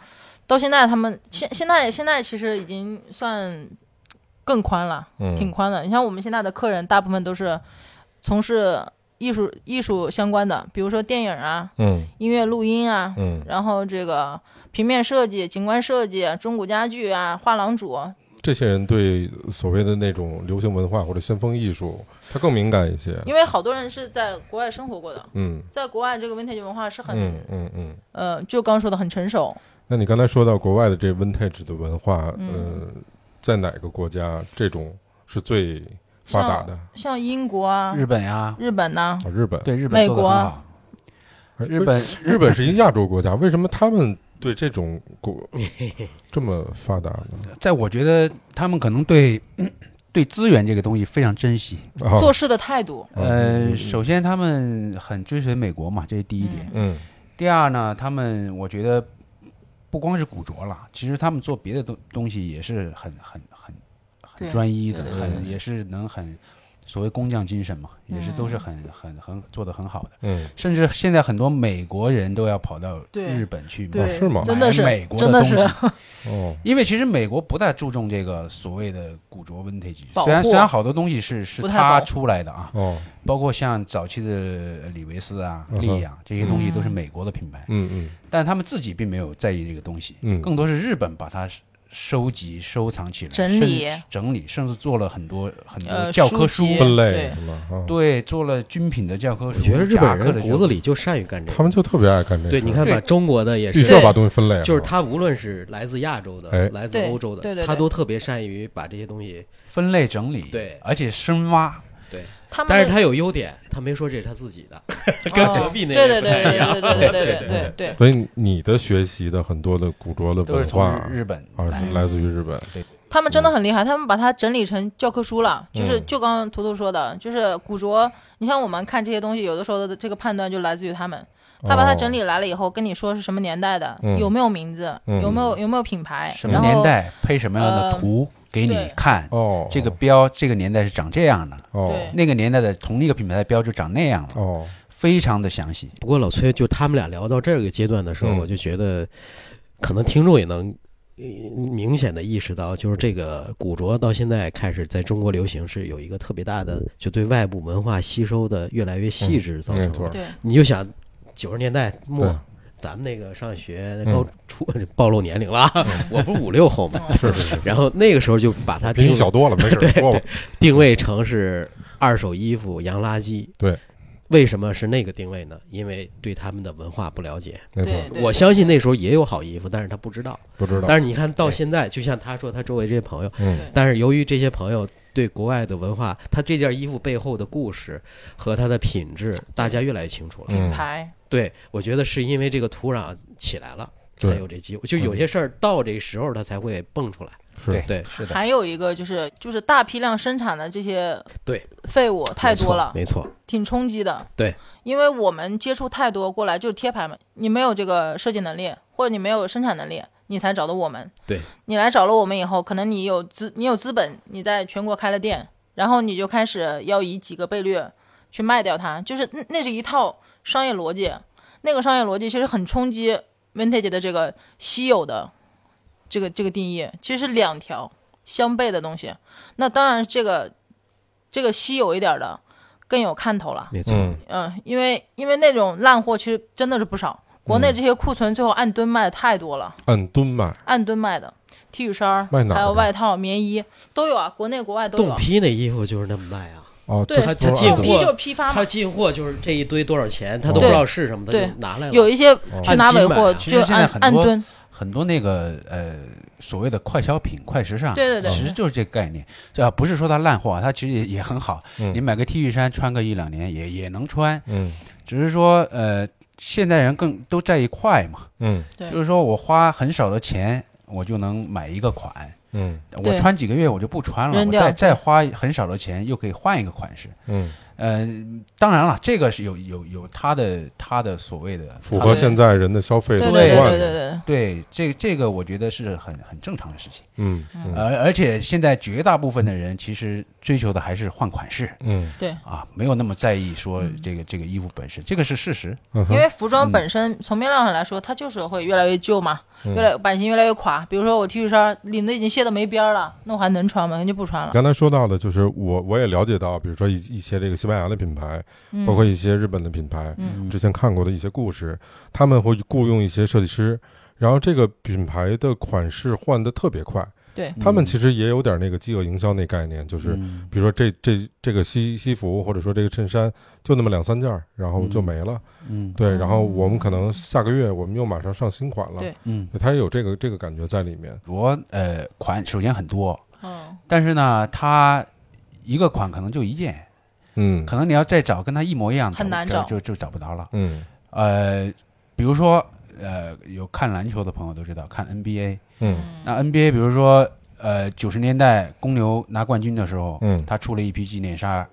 [SPEAKER 2] 到现在，他们现现在现在其实已经算更宽了，
[SPEAKER 1] 嗯，
[SPEAKER 2] 挺宽的。你像我们现在的客人，大部分都是从事艺术艺术相关的，比如说电影啊、
[SPEAKER 1] 嗯
[SPEAKER 2] 音乐录音啊，
[SPEAKER 1] 嗯，
[SPEAKER 2] 然后这个平面设计、景观设计、中古家具啊、画廊主，
[SPEAKER 1] 这些人对所谓的那种流行文化或者先锋艺术，他更敏感一些。
[SPEAKER 2] 因为好多人是在国外生活过的。
[SPEAKER 1] 嗯
[SPEAKER 2] 在国外，这个 vintage 文化是很，
[SPEAKER 1] 嗯嗯嗯。
[SPEAKER 2] 呃，就刚说的很成熟。
[SPEAKER 1] 那你刚才说到国外的这 vintage 的文化，呃，在哪个国家这种是最发达的？
[SPEAKER 2] 像英国 啊、
[SPEAKER 3] 日本呀，
[SPEAKER 2] 日本呐、
[SPEAKER 1] 啊日本，
[SPEAKER 3] 对日本做的很好。
[SPEAKER 1] 哎
[SPEAKER 3] 日本
[SPEAKER 1] 日本是一亚洲国家，为什么他们对这种国这么发达呢？
[SPEAKER 3] 在我觉得他们可能对 对资源这个东西非常珍惜。
[SPEAKER 1] 啊，
[SPEAKER 2] 做事的态度，
[SPEAKER 1] 嗯
[SPEAKER 3] 呃，首先他们很追随美国嘛，这是第一点。
[SPEAKER 1] 嗯
[SPEAKER 3] 第二呢，他们我觉得不光是古着了，其实他们做别的东东西也是很很很
[SPEAKER 2] 对
[SPEAKER 3] 很专一的，
[SPEAKER 2] 对
[SPEAKER 3] 很也是能很所谓工匠精神嘛，也是都是
[SPEAKER 2] 嗯
[SPEAKER 3] 很很很做得很好的。
[SPEAKER 1] 嗯，
[SPEAKER 3] 甚至现在很多美国人都要跑到
[SPEAKER 2] 对
[SPEAKER 3] 日本去
[SPEAKER 1] 哦
[SPEAKER 3] 买
[SPEAKER 2] 对，
[SPEAKER 1] 是吗
[SPEAKER 2] 真的是
[SPEAKER 3] 美国
[SPEAKER 2] 真
[SPEAKER 3] 的
[SPEAKER 2] 的
[SPEAKER 3] 东西
[SPEAKER 2] 是，
[SPEAKER 1] 哦，
[SPEAKER 3] 因为其实美国不大注重这个所谓的古着 vintage，
[SPEAKER 2] 保护
[SPEAKER 3] 虽然虽然好多东西是是
[SPEAKER 2] 不太保
[SPEAKER 3] 他
[SPEAKER 2] 护
[SPEAKER 3] 出来的啊，
[SPEAKER 1] 哦，
[SPEAKER 3] 包括像早期的李维斯啊、
[SPEAKER 1] 嗯哼
[SPEAKER 3] 利啊这些东西都是美国的品牌，
[SPEAKER 1] 嗯嗯
[SPEAKER 3] 但他们自己并没有在意这个东西，
[SPEAKER 1] 嗯
[SPEAKER 3] 更多是日本把它收集、收藏起来、
[SPEAKER 2] 整理
[SPEAKER 3] 甚至整理，甚至做了很多很多
[SPEAKER 2] 呃
[SPEAKER 3] 教科书
[SPEAKER 2] 书，籍
[SPEAKER 1] 分类
[SPEAKER 2] 对
[SPEAKER 1] 什么啊？
[SPEAKER 3] 对，做了军品的教科
[SPEAKER 5] 我
[SPEAKER 3] 书，
[SPEAKER 5] 觉得日
[SPEAKER 3] 夹
[SPEAKER 5] 本
[SPEAKER 3] 克的
[SPEAKER 5] 人
[SPEAKER 3] 教
[SPEAKER 5] 骨子
[SPEAKER 3] 科
[SPEAKER 5] 里就善于干这个。
[SPEAKER 1] 他们就特别爱干这个。
[SPEAKER 5] 对，你看把中国的也
[SPEAKER 1] 必须
[SPEAKER 5] 是，
[SPEAKER 1] 要把东西分类，
[SPEAKER 5] 就是他无论是来自亚洲的
[SPEAKER 1] 哎，
[SPEAKER 5] 来自
[SPEAKER 2] 对
[SPEAKER 5] 欧洲
[SPEAKER 2] 对
[SPEAKER 5] 的，
[SPEAKER 2] 对
[SPEAKER 5] 他
[SPEAKER 2] 对
[SPEAKER 5] 都特别善于把这些东西。
[SPEAKER 3] 分类整理，
[SPEAKER 5] 对
[SPEAKER 3] 而且深挖，
[SPEAKER 5] 对，
[SPEAKER 2] 他们
[SPEAKER 5] 但是
[SPEAKER 2] 的
[SPEAKER 5] 他有优点，他没说这是他自己的，跟
[SPEAKER 2] 哦
[SPEAKER 5] 隔壁那
[SPEAKER 2] 对
[SPEAKER 5] 个
[SPEAKER 2] 对
[SPEAKER 5] 不太
[SPEAKER 2] 对
[SPEAKER 5] 一样
[SPEAKER 2] 对对对对 对对对对，
[SPEAKER 1] 所以你的学习的很多的古着的
[SPEAKER 3] 都是
[SPEAKER 1] 文
[SPEAKER 3] 从
[SPEAKER 1] 化
[SPEAKER 3] 日日本
[SPEAKER 1] 啊，是来自于日本。
[SPEAKER 2] 他们真的很厉害，他们把它整理成教科书了，就是
[SPEAKER 1] 嗯
[SPEAKER 2] 就刚刚图图说的，就是古着，你像我们看这些东西，有的时候的这个判断就来自于他们。他把它整理来了以后，跟你说是什么年代的，
[SPEAKER 1] 嗯
[SPEAKER 2] 有没有名字，
[SPEAKER 1] 嗯
[SPEAKER 2] 有没有有没有品牌，
[SPEAKER 3] 什么
[SPEAKER 2] 哎然后
[SPEAKER 3] 年代配什么样的
[SPEAKER 2] 呃
[SPEAKER 3] 图给你
[SPEAKER 2] 对
[SPEAKER 3] 看，
[SPEAKER 1] 哦，
[SPEAKER 3] 这个标这个年代是长这样的，
[SPEAKER 1] 哦
[SPEAKER 2] 对
[SPEAKER 3] 那个年代的同一个品牌的标就长那样了，
[SPEAKER 1] 哦，
[SPEAKER 3] 非常的详细。
[SPEAKER 5] 不过老崔，就他们俩聊到这个阶段的时候，
[SPEAKER 1] 嗯
[SPEAKER 5] 我就觉得，可能听众也能呃明显的意识到，就是这个古着到现在开始在中国流行，是有一个特别大的，就对外部文化吸收的越来越细致造
[SPEAKER 1] 没
[SPEAKER 5] 成
[SPEAKER 1] 错
[SPEAKER 5] 的。
[SPEAKER 2] 对
[SPEAKER 5] 你就想九十年代末
[SPEAKER 1] 对。
[SPEAKER 5] 咱们那个上学
[SPEAKER 1] 嗯
[SPEAKER 5] 高初 暴露年龄了啊！我不是五六后嘛，
[SPEAKER 1] 是是是，
[SPEAKER 5] 然后那个时候就把它
[SPEAKER 1] 比
[SPEAKER 5] 定
[SPEAKER 1] 你小多了，没事儿。哦
[SPEAKER 5] 对
[SPEAKER 1] 说吧
[SPEAKER 5] 对定位成是二手衣服、洋垃圾。
[SPEAKER 1] 对，
[SPEAKER 5] 为什么是那个定位呢？因为对他们的文化不了解。
[SPEAKER 1] 没
[SPEAKER 2] 对
[SPEAKER 1] 错，
[SPEAKER 2] 对
[SPEAKER 5] 我相信那时候也有好衣服，但是他不知道。
[SPEAKER 1] 不知道
[SPEAKER 5] 但。是你看到现在，就像他说，他周围这些朋友，
[SPEAKER 1] 嗯
[SPEAKER 5] 但是由于这些朋友对国外的文化，他这件衣服背后的故事和它的品质，大家越来越清楚了。
[SPEAKER 1] 嗯
[SPEAKER 2] 品牌，
[SPEAKER 5] 对，我觉得是因为这个土壤起来了，
[SPEAKER 1] 对
[SPEAKER 5] 才有这机会。就有些事儿到这时候，它才会蹦出来。
[SPEAKER 1] 是
[SPEAKER 3] 对
[SPEAKER 5] 对
[SPEAKER 3] 是的，
[SPEAKER 2] 还有一个就是就是大批量生产的这些
[SPEAKER 5] 对
[SPEAKER 2] 废物太多了，
[SPEAKER 5] 没错。
[SPEAKER 2] 挺冲击的。
[SPEAKER 5] 对，
[SPEAKER 2] 因为我们接触太多过来就是贴牌嘛，你没有这个设计能力，或者你没有生产能力，你才找的我们。
[SPEAKER 5] 对，
[SPEAKER 2] 你来找了我们以后，可能你有资，你有资本，你在全国开了店，然后你就开始要以几个倍率去卖掉它，就是那那是一套商业逻辑，那个商业逻辑其实很冲击 vintage 的这个稀有的这个这个定义，其实是两条相悖的东西。那当然，这个这个稀有一点的更有看头了。
[SPEAKER 5] 没错，
[SPEAKER 1] 嗯
[SPEAKER 2] 嗯，因为因为那种烂货其实真的是不少，国内这些库存最后按吨卖的太多了，
[SPEAKER 1] 按吨卖，
[SPEAKER 2] 按吨卖的 T 恤衫儿
[SPEAKER 1] 卖哪儿
[SPEAKER 2] 还有
[SPEAKER 1] 的
[SPEAKER 2] 外套、棉衣都有啊，国内国外都
[SPEAKER 5] 冻
[SPEAKER 2] 有。
[SPEAKER 5] 批那衣服就是那么卖啊。
[SPEAKER 1] 哦，
[SPEAKER 2] 对，
[SPEAKER 5] 它它
[SPEAKER 1] 进
[SPEAKER 2] 冻批
[SPEAKER 5] 货
[SPEAKER 2] 就是批发
[SPEAKER 5] 他
[SPEAKER 2] 嘛，
[SPEAKER 5] 进货就是这一堆多少钱，他都不
[SPEAKER 2] 对
[SPEAKER 5] 知道是什么，他就
[SPEAKER 2] 对
[SPEAKER 5] 拿来了。
[SPEAKER 2] 有一些去拿
[SPEAKER 5] 按斤
[SPEAKER 2] 尾
[SPEAKER 5] 买
[SPEAKER 2] 货
[SPEAKER 5] 啊
[SPEAKER 3] 其
[SPEAKER 2] 就
[SPEAKER 3] 实现在
[SPEAKER 2] 按
[SPEAKER 3] 很
[SPEAKER 2] 按
[SPEAKER 3] 多
[SPEAKER 2] 吨，
[SPEAKER 3] 很多那个呃所谓的快消品、快时尚，
[SPEAKER 2] 对对对
[SPEAKER 3] 其实就是这个概念。这啊不是说它烂货啊，它其实也也很好。
[SPEAKER 1] 嗯
[SPEAKER 3] 你买个 T 恤衫穿个一两年也也能穿，
[SPEAKER 1] 嗯
[SPEAKER 3] 只是说呃现代人更都在意快嘛，
[SPEAKER 1] 嗯
[SPEAKER 2] 对
[SPEAKER 3] 就是说我花很少的钱我就能买一个款。
[SPEAKER 1] 嗯
[SPEAKER 3] 我
[SPEAKER 2] 对
[SPEAKER 3] 穿几个月我就不穿了，
[SPEAKER 2] 扔
[SPEAKER 3] 我
[SPEAKER 2] 掉
[SPEAKER 3] 再
[SPEAKER 2] 对
[SPEAKER 3] 再花很少的钱又可以换一个款式。
[SPEAKER 1] 嗯，
[SPEAKER 3] 呃，当然了，这个是有有有它的它的所谓的
[SPEAKER 1] 符
[SPEAKER 3] 它
[SPEAKER 1] 合
[SPEAKER 3] 的
[SPEAKER 1] 现在人的消费
[SPEAKER 2] 对
[SPEAKER 1] 的
[SPEAKER 2] 对
[SPEAKER 1] 习
[SPEAKER 2] 对
[SPEAKER 1] 惯
[SPEAKER 2] 对对
[SPEAKER 1] 嘛。
[SPEAKER 2] 对
[SPEAKER 3] 对这这个我觉得是很很正常的事情。
[SPEAKER 1] 嗯嗯
[SPEAKER 3] 而、而且现在绝大部分的人其实追求的还是换款式
[SPEAKER 1] 嗯
[SPEAKER 2] 对，
[SPEAKER 3] 啊，没有那么在意说这个、这个衣服本身，这个是事实。
[SPEAKER 1] 嗯
[SPEAKER 2] 因
[SPEAKER 1] 哼，
[SPEAKER 2] 为服装本身从面料上来说，它就是会越来越旧嘛，越来版型越来越垮。比如说我 T 恤衫儿领子已经卸的没边儿了，那我还能穿吗？那就不穿了。
[SPEAKER 1] 刚才说到的，就是我我也了解到，比如说一一些这个西班牙的品牌，包括一些日本的品牌，
[SPEAKER 2] 嗯
[SPEAKER 1] 之前看过的一些故事，他们会雇佣一些设计师，然后这个品牌的款式换的特别快。
[SPEAKER 2] 对
[SPEAKER 1] 他们其实也有点那个饥饿营销那概念，就是
[SPEAKER 3] 嗯
[SPEAKER 1] 比如说这这这个西西服或者说这个衬衫就那么两三件儿，然后就没了。
[SPEAKER 3] 嗯
[SPEAKER 1] 对，然后我们可能下个月我们又马上上新款了。
[SPEAKER 2] 对
[SPEAKER 3] 嗯，
[SPEAKER 1] 它也有这个这个感觉在里面。
[SPEAKER 3] 我呃款首先很多，
[SPEAKER 2] 嗯，
[SPEAKER 3] 但是呢，它一个款可能就一件，
[SPEAKER 1] 嗯
[SPEAKER 3] 可能你要再找跟它一模一样的，
[SPEAKER 2] 很难
[SPEAKER 3] 就
[SPEAKER 2] 找
[SPEAKER 3] 就就找不着了。
[SPEAKER 1] 嗯
[SPEAKER 3] 呃，比如说呃，有看篮球的朋友都知道，看 NBA，
[SPEAKER 1] 嗯
[SPEAKER 3] 那 NBA 比如说呃九十年代公牛拿冠军的时候，
[SPEAKER 1] 嗯
[SPEAKER 3] 他出了一批纪念衫。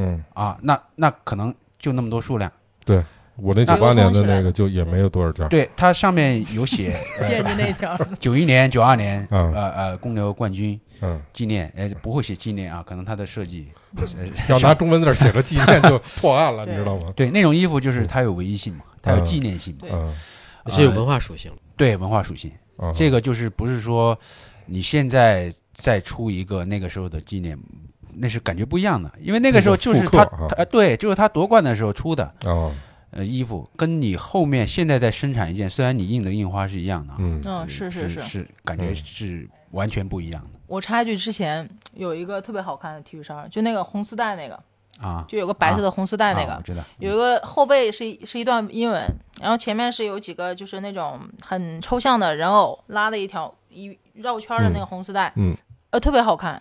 [SPEAKER 1] 嗯，
[SPEAKER 3] 啊，那那可能就那么多数量。
[SPEAKER 1] 对，我那九
[SPEAKER 2] 流
[SPEAKER 1] 八
[SPEAKER 2] 通
[SPEAKER 1] 年的
[SPEAKER 2] 起来
[SPEAKER 1] 那
[SPEAKER 2] 了
[SPEAKER 1] 个就也没有多少件儿，
[SPEAKER 3] 对，它上面有写呃
[SPEAKER 2] 惦记那条，
[SPEAKER 3] 九一年、九二年，
[SPEAKER 1] 嗯
[SPEAKER 3] 呃呃，公牛冠军
[SPEAKER 1] 嗯，
[SPEAKER 3] 纪念，哎，不会写纪念啊，可能它的设计，呃
[SPEAKER 1] 要拿中文字儿写个纪 念就破案了，你
[SPEAKER 2] 对
[SPEAKER 1] 知道吗？
[SPEAKER 3] 对那种衣服就是它有唯一性嘛，它有
[SPEAKER 1] 嗯
[SPEAKER 3] 纪念性嘛，
[SPEAKER 2] 对
[SPEAKER 1] 嗯
[SPEAKER 5] 啊这有文化属性了。
[SPEAKER 3] 对文化属性，
[SPEAKER 1] 啊，
[SPEAKER 3] 这个就是不是说你现在再出一个那个时候的纪念，那是感觉不一样的，因为那个时候就是
[SPEAKER 1] 那个复刻
[SPEAKER 3] 他
[SPEAKER 1] 啊
[SPEAKER 3] 他对，就是他夺冠的时候出的
[SPEAKER 1] 啊，
[SPEAKER 3] 呃衣服，跟你后面现在在生产一件，虽然你印的印花是一样的啊，
[SPEAKER 1] 嗯
[SPEAKER 2] 嗯，是
[SPEAKER 3] 是
[SPEAKER 2] 是是。
[SPEAKER 3] 是，感觉是完全不一样
[SPEAKER 2] 我插一句，之前有一个特别好看的 T 恤衫，就那个红丝带那个，
[SPEAKER 3] 的啊。
[SPEAKER 2] 就有个白色的红丝哎带那
[SPEAKER 3] 啊
[SPEAKER 2] 个
[SPEAKER 3] 我，知道，
[SPEAKER 2] 有一个后背是一是一段英文，然后前面是有几个就是那种很抽象的人偶拉的一条一绕圈的那个红丝带，
[SPEAKER 1] 嗯嗯
[SPEAKER 2] 呃，特别好看。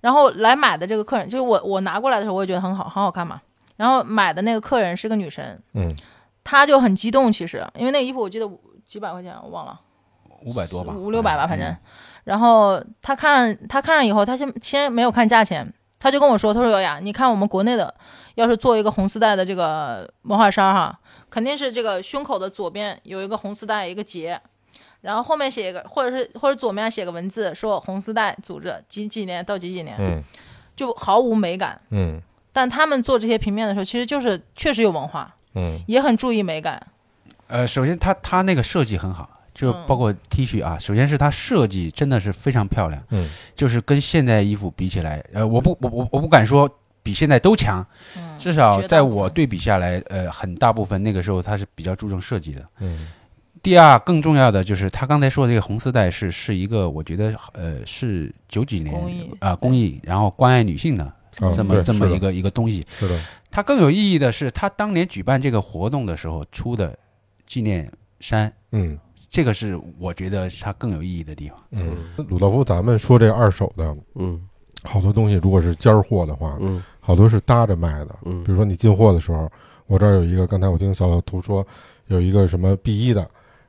[SPEAKER 2] 然后来买的这个客人，就是我我拿过来的时候，我也觉得很好，很好看嘛。然后买的那个客人是个女神，
[SPEAKER 1] 嗯，
[SPEAKER 2] 她就很激动，其实因为那个衣服我记得几百块钱，我忘了。
[SPEAKER 3] 五百多吧，
[SPEAKER 2] 五六百吧，
[SPEAKER 3] 嗯
[SPEAKER 2] 反正。然后他看他看上以后，他先先没有看价钱，他就跟我说，他说呀，你看我们国内的，要是做一个红丝带的这个文化衫儿哈，肯定是这个胸口的左边有一个红丝带一个结，然后后面写一个，或者是或者左面写个文字，说红丝带组织几几年到几几年，
[SPEAKER 1] 嗯
[SPEAKER 2] 就毫无美感。
[SPEAKER 1] 嗯
[SPEAKER 2] 但他们做这些平面的时候，其实就是确实有文化，
[SPEAKER 1] 嗯
[SPEAKER 2] 也很注意美感。
[SPEAKER 3] 呃，首先它它那个设计很好，就
[SPEAKER 2] 嗯
[SPEAKER 3] 包括 T 恤啊，首先是它设计真的是非常漂亮，
[SPEAKER 1] 嗯，
[SPEAKER 3] 就是跟现在衣服比起来，呃，我不我我我不敢说比现在都强，
[SPEAKER 2] 嗯，
[SPEAKER 3] 至少
[SPEAKER 2] 绝大
[SPEAKER 3] 在
[SPEAKER 2] 部
[SPEAKER 3] 我
[SPEAKER 2] 分
[SPEAKER 3] 对比下来，呃，很大部分那个时候它是比较注重设计的。
[SPEAKER 1] 嗯
[SPEAKER 3] 第二，更重要的就是他刚才说的这个红丝带是是一个，我觉得呃是九几年
[SPEAKER 2] 公益
[SPEAKER 3] 啊、公益，然后关爱女性的
[SPEAKER 1] 啊，
[SPEAKER 3] 这么、
[SPEAKER 1] 对
[SPEAKER 3] 这么
[SPEAKER 1] 是的
[SPEAKER 3] 一个一个东西，
[SPEAKER 1] 是的，
[SPEAKER 3] 它更有意义的是，他当年举办这个活动的时候出的纪念衫，
[SPEAKER 1] 嗯。
[SPEAKER 3] 这个是我觉得它更有意义的地方。
[SPEAKER 1] 嗯，鲁道夫，咱们说这二手的
[SPEAKER 5] 嗯
[SPEAKER 1] 好多东西，如果是尖儿货的话，
[SPEAKER 5] 嗯
[SPEAKER 1] 好多是搭着卖的。比
[SPEAKER 5] 嗯
[SPEAKER 1] 如说你进货的时候，我这儿有一个，刚才我听小图说有一个什么 B 一的，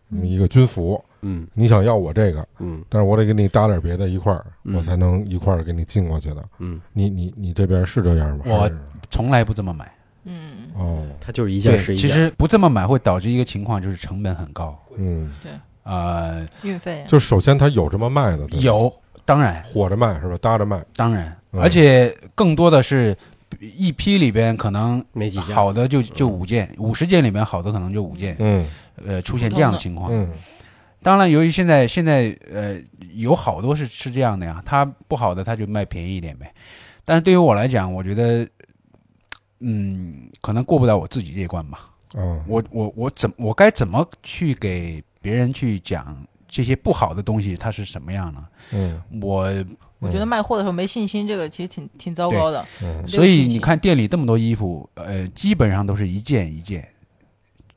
[SPEAKER 1] 什么一个军服，
[SPEAKER 5] 嗯
[SPEAKER 1] 你想要我这个，
[SPEAKER 5] 嗯
[SPEAKER 1] 但是我得给你搭点别的一块儿，
[SPEAKER 5] 嗯
[SPEAKER 1] 我才能一块儿给你进过去的。
[SPEAKER 5] 嗯，
[SPEAKER 1] 你你你这边是这样吗？
[SPEAKER 3] 我
[SPEAKER 1] 还是
[SPEAKER 3] 从来不这么买，
[SPEAKER 2] 嗯，
[SPEAKER 1] 哦，
[SPEAKER 5] 它就是一件是一
[SPEAKER 3] 其
[SPEAKER 5] 件。
[SPEAKER 3] 实不这么买会导致一个情况，就是成本很高。
[SPEAKER 1] 嗯，
[SPEAKER 3] 呃，
[SPEAKER 2] 运费啊
[SPEAKER 1] 就首先它有什么卖的？对吧
[SPEAKER 3] 有，当然，
[SPEAKER 1] 火着卖是吧？搭着卖，
[SPEAKER 3] 当然，
[SPEAKER 1] 嗯
[SPEAKER 3] 而且更多的是一批里边可能
[SPEAKER 5] 没几件，
[SPEAKER 3] 好的就就五件，五十件里面好的可能就五件，
[SPEAKER 1] 嗯
[SPEAKER 3] 呃，出现这样的情况。
[SPEAKER 1] 嗯
[SPEAKER 3] 当然，由于现在现在呃有好多是是这样的呀，它不好的它就卖便宜一点呗。但是对于我来讲，我觉得，嗯，可能过不了我自己这一关吧。
[SPEAKER 1] 啊，
[SPEAKER 3] 我我我怎我该怎么去给别人去讲这些不好的东西它是什么样呢？
[SPEAKER 1] 嗯
[SPEAKER 3] 我
[SPEAKER 2] 我觉得卖货的时候没信心，这个其实挺挺糟糕的。
[SPEAKER 1] 嗯
[SPEAKER 3] 所以你看店里这么多衣服，呃，基本上都是一件一件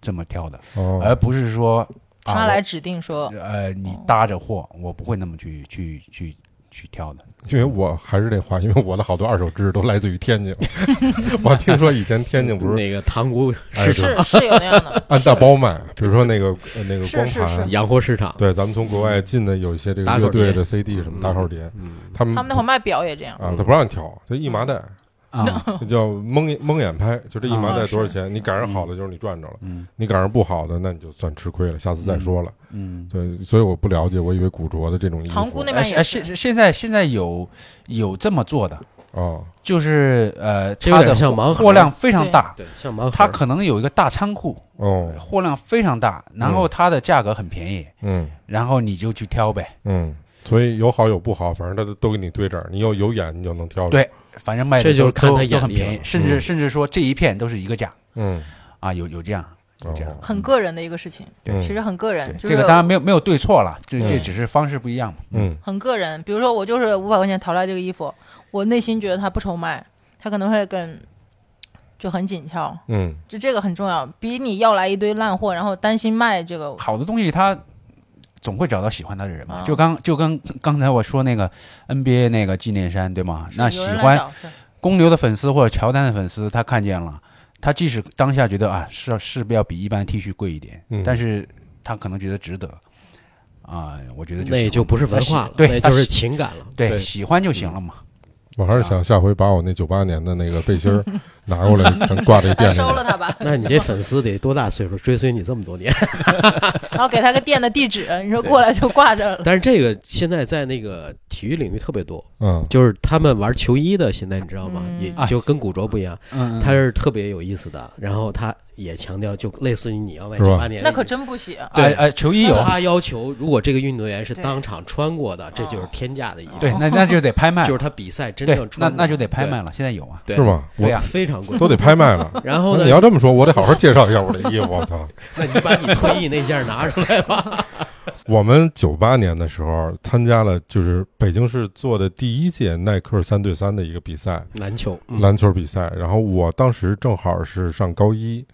[SPEAKER 3] 这么挑的，
[SPEAKER 1] 哦，
[SPEAKER 3] 而不是说啊
[SPEAKER 2] 他
[SPEAKER 3] 我
[SPEAKER 2] 来指定说，
[SPEAKER 1] 嗯
[SPEAKER 3] 呃你搭着货，我不会那么去去去去挑的。
[SPEAKER 1] 因为我还是那话， 因为我的好多二手知识都来自于天津。 我听说以前天津不是
[SPEAKER 5] 那个塘沽
[SPEAKER 1] 哎
[SPEAKER 5] 市场、
[SPEAKER 2] 是 是有那样的，
[SPEAKER 1] 按大包卖，比如说那个呃那个
[SPEAKER 2] 是
[SPEAKER 1] 光
[SPEAKER 2] 是
[SPEAKER 1] 盘
[SPEAKER 2] 是，
[SPEAKER 5] 洋货市场，
[SPEAKER 1] 对，咱们从国外进的有一些这个
[SPEAKER 5] 打口
[SPEAKER 1] 乐队
[SPEAKER 5] 碟
[SPEAKER 1] 的 CD 什么大号碟，
[SPEAKER 5] 嗯，
[SPEAKER 1] 他们
[SPEAKER 2] 他们那会儿卖表也这样。
[SPEAKER 1] 啊，他不让你挑，就一麻袋，
[SPEAKER 3] 啊，
[SPEAKER 1] 这叫蒙眼蒙眼拍，就这一麻袋
[SPEAKER 2] 嗯啊
[SPEAKER 1] 多少
[SPEAKER 2] 是
[SPEAKER 1] 钱？你赶上好的就是你赚着了，
[SPEAKER 3] 嗯
[SPEAKER 1] 你赶上不好的那你就算吃亏了，下次再说了。
[SPEAKER 3] 嗯，
[SPEAKER 1] 对，所以我不了解，我以为古着的这种衣
[SPEAKER 2] 塘
[SPEAKER 1] 服
[SPEAKER 2] 沽那
[SPEAKER 3] 呃，
[SPEAKER 2] 边
[SPEAKER 3] 现
[SPEAKER 2] 也
[SPEAKER 3] 现
[SPEAKER 2] 是，
[SPEAKER 3] 现在现在有有这么做的，
[SPEAKER 1] 哦，
[SPEAKER 3] 就是呃，
[SPEAKER 5] 这有
[SPEAKER 3] 它的
[SPEAKER 5] 点像盲
[SPEAKER 3] 货
[SPEAKER 5] 盒
[SPEAKER 3] 货量非常大，
[SPEAKER 5] 对，像盲盒，
[SPEAKER 3] 它可能有一个大仓库，
[SPEAKER 1] 哦，
[SPEAKER 3] 货量非常大，然
[SPEAKER 5] 嗯
[SPEAKER 3] 后它的价格很便宜，
[SPEAKER 1] 嗯
[SPEAKER 3] 然后你就去挑呗，
[SPEAKER 1] 嗯，所以有好有不好，反正他都都给你堆这儿，你有有眼你就能挑着。
[SPEAKER 3] 对反正卖的
[SPEAKER 5] 这就
[SPEAKER 3] 都
[SPEAKER 5] 是看它
[SPEAKER 3] 都
[SPEAKER 5] 眼
[SPEAKER 3] 都很
[SPEAKER 5] 力了
[SPEAKER 3] 便宜，甚至
[SPEAKER 1] 嗯
[SPEAKER 3] 甚至说这一片都是一个价
[SPEAKER 1] 嗯，
[SPEAKER 3] 啊，有有这样有这样
[SPEAKER 1] 哦，
[SPEAKER 2] 很个人的一个事情，
[SPEAKER 1] 嗯
[SPEAKER 2] 其实很个人
[SPEAKER 3] 对，
[SPEAKER 2] 就是
[SPEAKER 3] 这个当然没有没有对错了，这这
[SPEAKER 1] 嗯
[SPEAKER 3] 只是方式不一样嘛，
[SPEAKER 1] 嗯
[SPEAKER 2] 很个人。比如说，我就是五百块钱淘来这个衣服，我内心觉得它不愁卖，它可能会更就很紧俏，
[SPEAKER 1] 嗯
[SPEAKER 2] 就这个很重要，比你要来一堆烂货，然后担心卖这个，
[SPEAKER 3] 好的东西它。总会找到喜欢它的人嘛，
[SPEAKER 2] 啊
[SPEAKER 3] 就刚就刚刚才我说那个 NBA 那个纪念衫，对吗？ 那喜
[SPEAKER 2] 有人来
[SPEAKER 3] 欢
[SPEAKER 2] 找 是
[SPEAKER 3] 公牛的粉丝或者乔丹的粉丝，他看见了，他即使当下觉得啊是是不要比一般 T 恤贵一点，
[SPEAKER 1] 嗯
[SPEAKER 3] 但是他可能觉得值得啊、我觉得就
[SPEAKER 5] 那
[SPEAKER 3] 行
[SPEAKER 5] 就不是文化了，
[SPEAKER 3] 对
[SPEAKER 5] 那
[SPEAKER 3] 他
[SPEAKER 5] 就是
[SPEAKER 3] 喜
[SPEAKER 5] 情感了，
[SPEAKER 3] 对
[SPEAKER 5] 对
[SPEAKER 3] 喜欢就行了嘛。
[SPEAKER 1] 我还是想下回把我那九八年的那个背心儿拿过来，咱挂这
[SPEAKER 2] 咱
[SPEAKER 1] 店里
[SPEAKER 2] 收了
[SPEAKER 1] 边。
[SPEAKER 2] 他 吧，
[SPEAKER 5] 那你这粉丝得多大岁数追随你这么多年？
[SPEAKER 2] 然后给他个店的地址，你说
[SPEAKER 5] 对
[SPEAKER 2] 过来就挂这儿了。
[SPEAKER 5] 但是这个现在在那个体育领域特别多，
[SPEAKER 1] 嗯，
[SPEAKER 5] 就是他们玩球衣的，现在你知道吗？
[SPEAKER 2] 嗯
[SPEAKER 5] 也就跟古着不一样，
[SPEAKER 3] 哎嗯
[SPEAKER 5] 他是特别有意思的。然后他也强调，就类似于你要卖
[SPEAKER 1] 是
[SPEAKER 5] 九
[SPEAKER 1] 吧
[SPEAKER 5] 八年，
[SPEAKER 2] 那可真不啊行，
[SPEAKER 3] 哎哎，球衣有，
[SPEAKER 5] 他要求，如果这个运动员是
[SPEAKER 2] 对
[SPEAKER 5] 当场穿过的，这就是天价的衣服，
[SPEAKER 3] 对，那那就得拍卖，
[SPEAKER 5] 就是他比赛真
[SPEAKER 3] 对
[SPEAKER 5] 正，
[SPEAKER 3] 那
[SPEAKER 5] 穿过的，
[SPEAKER 3] 那就得拍卖了，现在有啊，
[SPEAKER 5] 对，
[SPEAKER 1] 是？吗？
[SPEAKER 3] 对
[SPEAKER 1] 我
[SPEAKER 3] 呀，
[SPEAKER 5] 非常贵。
[SPEAKER 1] 都得拍卖了。
[SPEAKER 5] 然后
[SPEAKER 1] 那
[SPEAKER 5] 呢？
[SPEAKER 1] 你要这么说，我得好好介绍一下我这衣服。我操！
[SPEAKER 5] 那你把你退役那件拿出 来吧。
[SPEAKER 1] 我们九八年的时候参加了，就是北京市做的第一届耐克三对三的一个比赛，
[SPEAKER 5] 篮球，嗯
[SPEAKER 1] 篮球比赛。然后我当时正好是上高一，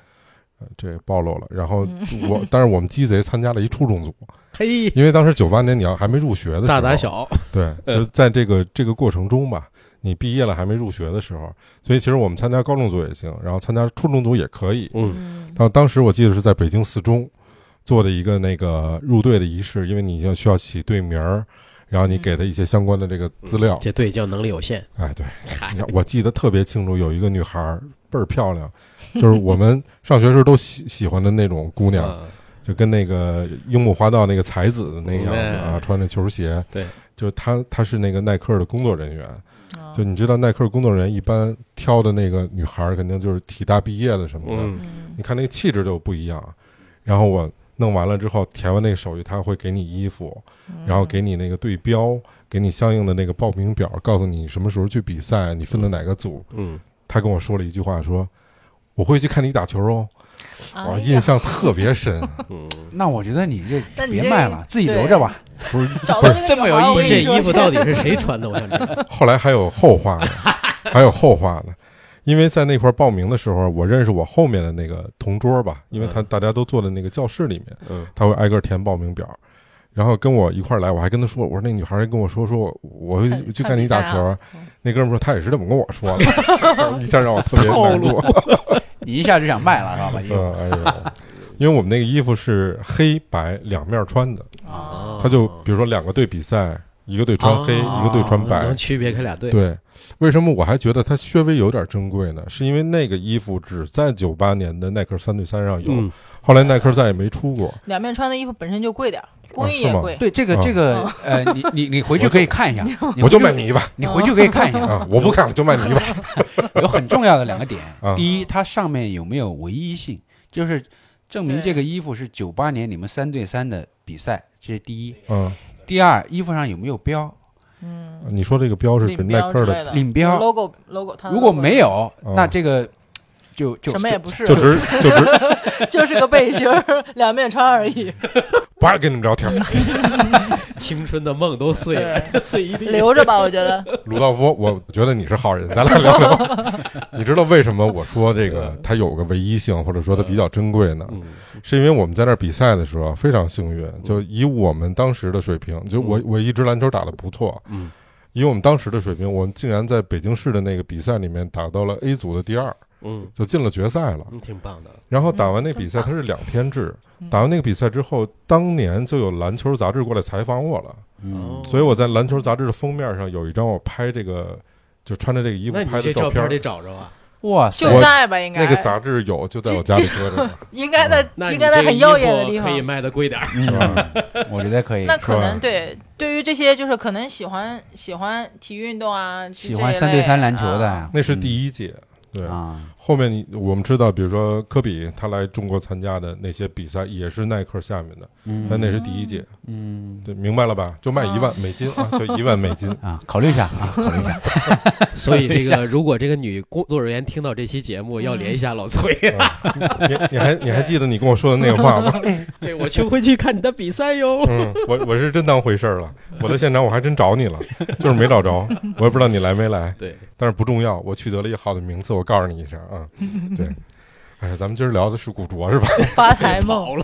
[SPEAKER 1] 呃这暴露了。然后我，但是我们鸡贼参加了一初中组，
[SPEAKER 5] 嘿，
[SPEAKER 1] 因为当时九八年你要还没入学的时候，
[SPEAKER 5] 大打小，
[SPEAKER 1] 对，
[SPEAKER 5] 嗯
[SPEAKER 1] 就是在这个这个过程中吧，你毕业了还没入学的时候，所以其实我们参加高中组也行，然后参加初中组也可以。
[SPEAKER 5] 嗯，
[SPEAKER 2] 嗯，
[SPEAKER 1] 到当时我记得是在北京四中做的一个那个入队的仪式，因为你要需要起队名儿，然后你给的一些相关的这个资料。
[SPEAKER 5] 嗯这对叫能力有限。
[SPEAKER 1] 哎，对，
[SPEAKER 5] 嗨
[SPEAKER 1] 你看我记得特别清楚，有一个女孩儿倍儿漂亮，就是我 们上学时候都喜喜欢的那种姑娘，
[SPEAKER 5] 啊
[SPEAKER 1] 就跟那个樱木花道那个才子那样子啊，
[SPEAKER 5] 嗯
[SPEAKER 1] 穿着球鞋。
[SPEAKER 5] 对，
[SPEAKER 1] 就是她，她是那个耐克的工作人员。
[SPEAKER 2] 哦嗯
[SPEAKER 1] 就你知道，耐克工作人员一般挑的那个女孩儿，肯定就是体大毕业的什么的。
[SPEAKER 5] 嗯，
[SPEAKER 2] 嗯
[SPEAKER 1] 你看那个气质就不一样。啊然后我弄完了之后，填完那个手续，他会给你衣服，然后给你那个对标，给你相应的那个报名表，告诉你什么时候去比赛，你分的哪个组。
[SPEAKER 5] 嗯，
[SPEAKER 1] 他跟我说了一句话，说。我会去看你打球哦，
[SPEAKER 2] 哎
[SPEAKER 1] 我印，象特别深。
[SPEAKER 3] 那我觉得你
[SPEAKER 2] 那
[SPEAKER 3] 这
[SPEAKER 2] 你这
[SPEAKER 3] 别卖了，自己留着吧。
[SPEAKER 1] 不是，
[SPEAKER 2] 哎呀找到个
[SPEAKER 3] 这么有
[SPEAKER 2] 女孩儿
[SPEAKER 3] 意义
[SPEAKER 2] 我跟你说
[SPEAKER 5] 这衣服到底是谁穿的？我想知道。
[SPEAKER 1] 后来还有后话呢，还有后话呢，因为在那块儿报名的时候，我认识我后面的那个同桌吧，因为他大家都坐在那个教室里面，
[SPEAKER 5] 嗯
[SPEAKER 1] 他会挨个填报名表，然后跟我一块儿来，我还跟他说，我说那女孩儿跟我说说我我
[SPEAKER 2] 看
[SPEAKER 1] 会去看你打球啊，
[SPEAKER 2] 看比赛啊嗯
[SPEAKER 1] 那哥们儿说他也是这么跟我说的， 一下让我特别难过，
[SPEAKER 3] 你一下就想卖了，知道吧？衣服
[SPEAKER 1] 嗯，哎呦。因为我们那个衣服是黑白两面穿的，
[SPEAKER 2] 哦
[SPEAKER 1] 他就比如说两个队比赛，一个队穿黑，一个队穿白，
[SPEAKER 5] 哦能区别开俩队。，
[SPEAKER 1] 对，为什么我还觉得它稍微有点珍贵呢？是因为那个衣服只在九八年的耐克三对三上有，
[SPEAKER 5] 嗯，
[SPEAKER 1] 后来耐克再也没出过。
[SPEAKER 2] 两面穿的衣服本身就贵点儿，工艺
[SPEAKER 1] 是
[SPEAKER 2] 也
[SPEAKER 1] 吗
[SPEAKER 2] 贵。
[SPEAKER 3] 对这个
[SPEAKER 5] 嗯
[SPEAKER 1] 啊
[SPEAKER 3] 这个呃，
[SPEAKER 5] 哦
[SPEAKER 3] 你你你回去
[SPEAKER 1] 我就
[SPEAKER 3] 可以看一下，
[SPEAKER 1] 我就
[SPEAKER 3] 回
[SPEAKER 1] 卖
[SPEAKER 3] 去，
[SPEAKER 1] 你一把
[SPEAKER 3] 你回去可以看一下。
[SPEAKER 1] 啊！我不看了，就卖你一把。
[SPEAKER 3] 有很重要的两个点
[SPEAKER 1] 啊，
[SPEAKER 3] 第一，它上面有没有唯一性，就是证明
[SPEAKER 2] 对
[SPEAKER 3] 这个衣服是九八年你们三对三的比赛，这是第一。
[SPEAKER 1] 嗯，
[SPEAKER 3] 第二，衣服上有没有标
[SPEAKER 2] 嗯，
[SPEAKER 1] 你说这个标是指
[SPEAKER 2] 领
[SPEAKER 1] 耐
[SPEAKER 2] 标
[SPEAKER 1] 克
[SPEAKER 2] 之
[SPEAKER 1] 的，
[SPEAKER 2] 类的，
[SPEAKER 3] 领标？
[SPEAKER 2] logo logo，它的
[SPEAKER 3] 如果
[SPEAKER 2] logo
[SPEAKER 3] 没有
[SPEAKER 1] 哦，
[SPEAKER 3] 那这个就就
[SPEAKER 2] 嗯什么也不是，
[SPEAKER 1] 就只就只
[SPEAKER 2] 就是个背心儿，两面穿而已，
[SPEAKER 1] 不爱跟你们聊天儿。
[SPEAKER 5] 青春的梦都碎了， 碎一地。
[SPEAKER 2] 留着吧，我觉得。
[SPEAKER 1] 鲁道夫，我觉得你是好人，咱俩聊聊。 你知道为什么我说这个它有个唯一性，或者说它比较珍贵呢？
[SPEAKER 5] 嗯
[SPEAKER 1] 是因为我们在那儿比赛的时候啊非常幸运，就以我们当时的水平，就我我一直篮球打得不错，
[SPEAKER 5] 嗯，
[SPEAKER 1] 以我们当时的水平，我们竟然在北京市的那个比赛里面打到了 A 组的第二，
[SPEAKER 5] 嗯
[SPEAKER 1] 就进了决赛了。
[SPEAKER 5] 嗯，挺棒的。
[SPEAKER 1] 然后打完那比赛，它是两天制
[SPEAKER 2] 嗯，
[SPEAKER 1] 打完那个比赛之后，当年就有篮球杂志过来采访我了，
[SPEAKER 5] 哦
[SPEAKER 1] 所以我在篮球杂志的封面上有一张我拍这个，就穿着这个衣服
[SPEAKER 5] 那你
[SPEAKER 1] 拍
[SPEAKER 5] 这
[SPEAKER 1] 的
[SPEAKER 5] 照
[SPEAKER 1] 片
[SPEAKER 5] 片得
[SPEAKER 1] 儿，
[SPEAKER 5] 找着啊。
[SPEAKER 3] 哇塞，
[SPEAKER 2] 就在吧，应该
[SPEAKER 1] 那个杂志有就在我家里搁着呢，
[SPEAKER 2] 应该在
[SPEAKER 5] 那你
[SPEAKER 2] 应该在
[SPEAKER 5] 这
[SPEAKER 2] 很耀
[SPEAKER 5] 衣
[SPEAKER 2] 眼的
[SPEAKER 5] 服
[SPEAKER 2] 地方
[SPEAKER 5] 可以。卖的贵点儿。
[SPEAKER 1] 是吧？
[SPEAKER 3] 我觉得可以
[SPEAKER 2] 那。可
[SPEAKER 1] 是吧
[SPEAKER 2] 能对，对于这些就是可能喜欢喜欢体育运动啊，就
[SPEAKER 3] 喜
[SPEAKER 2] 这
[SPEAKER 3] 欢
[SPEAKER 2] 一
[SPEAKER 3] 三对
[SPEAKER 2] 类
[SPEAKER 3] 三篮球的
[SPEAKER 2] 啊，
[SPEAKER 1] 那是第一届，对。
[SPEAKER 3] 啊，
[SPEAKER 1] 后面你我们知道，比如说科比他来中国参加的那些比赛也是耐克下面的，但那是第一届，
[SPEAKER 3] 嗯。
[SPEAKER 1] 对，明白了吧？就卖一万
[SPEAKER 2] 啊
[SPEAKER 1] 美金啊，就一万美金
[SPEAKER 3] 啊，考虑一下啊，考虑一下。
[SPEAKER 5] 所以这个，如果这个女工作人员听到这期节目，要联系一下老崔。
[SPEAKER 1] 你你还你还记得你跟我说的那个话吗？
[SPEAKER 5] 对我去会去看你的比赛哟。
[SPEAKER 1] 嗯，我我是真当回事儿了。我在现场我还真找你了，就是没找着，我也不知道你来没来，
[SPEAKER 5] 对，
[SPEAKER 1] 但是不重要，我取得了一个好的名次，我告诉你一声啊。对， 哎呀，咱们今儿聊的是古着是吧？
[SPEAKER 2] 发财梦。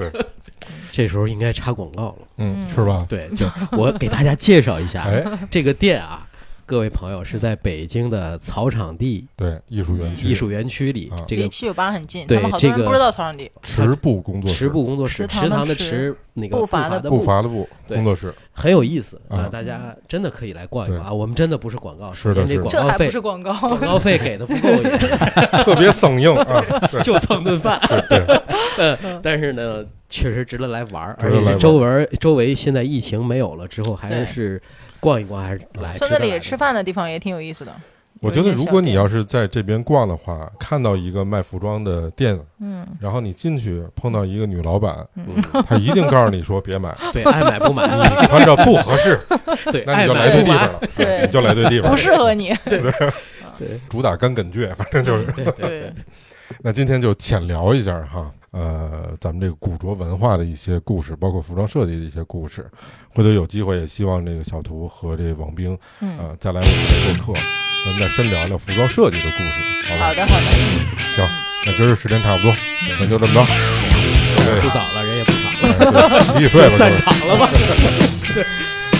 [SPEAKER 5] 这时候应该插广告了。
[SPEAKER 1] 嗯，是吧？
[SPEAKER 5] 对，就我给大家介绍一下
[SPEAKER 1] 哎，
[SPEAKER 5] 这个店啊，各位朋友是在北京的草场地
[SPEAKER 1] 对艺术园区
[SPEAKER 5] 艺术园区里
[SPEAKER 1] 啊，
[SPEAKER 5] 这
[SPEAKER 2] 离
[SPEAKER 5] 个
[SPEAKER 2] 七九八很近，
[SPEAKER 5] 对
[SPEAKER 2] 他们好多
[SPEAKER 5] 这
[SPEAKER 2] 人
[SPEAKER 5] 个
[SPEAKER 2] 不知道草场地。
[SPEAKER 1] 池部工作室
[SPEAKER 5] 池部工作
[SPEAKER 2] 池
[SPEAKER 5] 室，
[SPEAKER 2] 塘的
[SPEAKER 5] 塘的
[SPEAKER 2] 池
[SPEAKER 5] 池，那个
[SPEAKER 2] 步伐
[SPEAKER 5] 伐
[SPEAKER 2] 的
[SPEAKER 5] 的
[SPEAKER 1] 步伐的步
[SPEAKER 5] 对
[SPEAKER 1] 工作室，
[SPEAKER 5] 很有意思
[SPEAKER 1] 啊
[SPEAKER 5] 啊，大家真的可以来逛一
[SPEAKER 1] 对
[SPEAKER 5] 逛啊。我们真的不是广告，
[SPEAKER 1] 是的
[SPEAKER 5] 因为
[SPEAKER 1] 是
[SPEAKER 5] 这
[SPEAKER 1] 的
[SPEAKER 5] 广
[SPEAKER 2] 这
[SPEAKER 5] 告
[SPEAKER 2] 还不
[SPEAKER 5] 费
[SPEAKER 2] 是广告，
[SPEAKER 5] 广告费给的不够也，
[SPEAKER 1] 特别生硬啊，对
[SPEAKER 5] 就蹭顿 饭。
[SPEAKER 1] 是 对，
[SPEAKER 5] 呃，但但是呢，确实值得来玩儿，
[SPEAKER 1] 值
[SPEAKER 5] 而
[SPEAKER 1] 得来
[SPEAKER 5] 且
[SPEAKER 1] 玩儿
[SPEAKER 5] 是周围周围现在疫情没有了之后，还
[SPEAKER 2] 对
[SPEAKER 5] 是逛一逛，还是
[SPEAKER 2] 村
[SPEAKER 5] 来
[SPEAKER 2] 子
[SPEAKER 5] 值得
[SPEAKER 2] 里
[SPEAKER 5] 来
[SPEAKER 2] 吃饭的地方也挺有意思的。
[SPEAKER 1] 我觉得如果你要是在这边逛的话，看到一个卖服装的店，
[SPEAKER 2] 嗯，
[SPEAKER 1] 然后你进去碰到一个女老板，
[SPEAKER 5] 嗯
[SPEAKER 1] 她一定告诉你说别买，
[SPEAKER 5] 对，爱买不买，
[SPEAKER 1] 你 穿着不合适，
[SPEAKER 5] 对，
[SPEAKER 1] 那你
[SPEAKER 5] 爱
[SPEAKER 1] 就
[SPEAKER 5] 买
[SPEAKER 1] 来对
[SPEAKER 5] 不
[SPEAKER 1] 地
[SPEAKER 5] 买
[SPEAKER 1] 方，了，
[SPEAKER 2] 对
[SPEAKER 1] 你就来对地方，
[SPEAKER 2] 不适。合你。
[SPEAKER 1] 主打干梗倔，反正就是。
[SPEAKER 5] 对对
[SPEAKER 2] 对
[SPEAKER 5] 对，
[SPEAKER 1] 那今天就浅聊一下哈，呃，咱们这个古着文化的一些故事，包括服装设计的一些故事。回头有机会也希望这个小图和这王兵
[SPEAKER 2] 嗯，
[SPEAKER 1] 呃再来我们做客，咱们再深聊聊服装设计的故事，好吧？嗯
[SPEAKER 2] 好的好的，
[SPEAKER 1] 行，那今儿时间差不多，那就这 么着，
[SPEAKER 5] 不早了，人也不早了，
[SPEAKER 1] 哎洗洗睡吧，
[SPEAKER 5] 散场 了吧。
[SPEAKER 2] 哎
[SPEAKER 1] 嗯各位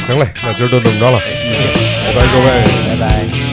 [SPEAKER 1] 行嘞，那今儿就这么着了，拜拜各位。
[SPEAKER 3] 拜拜。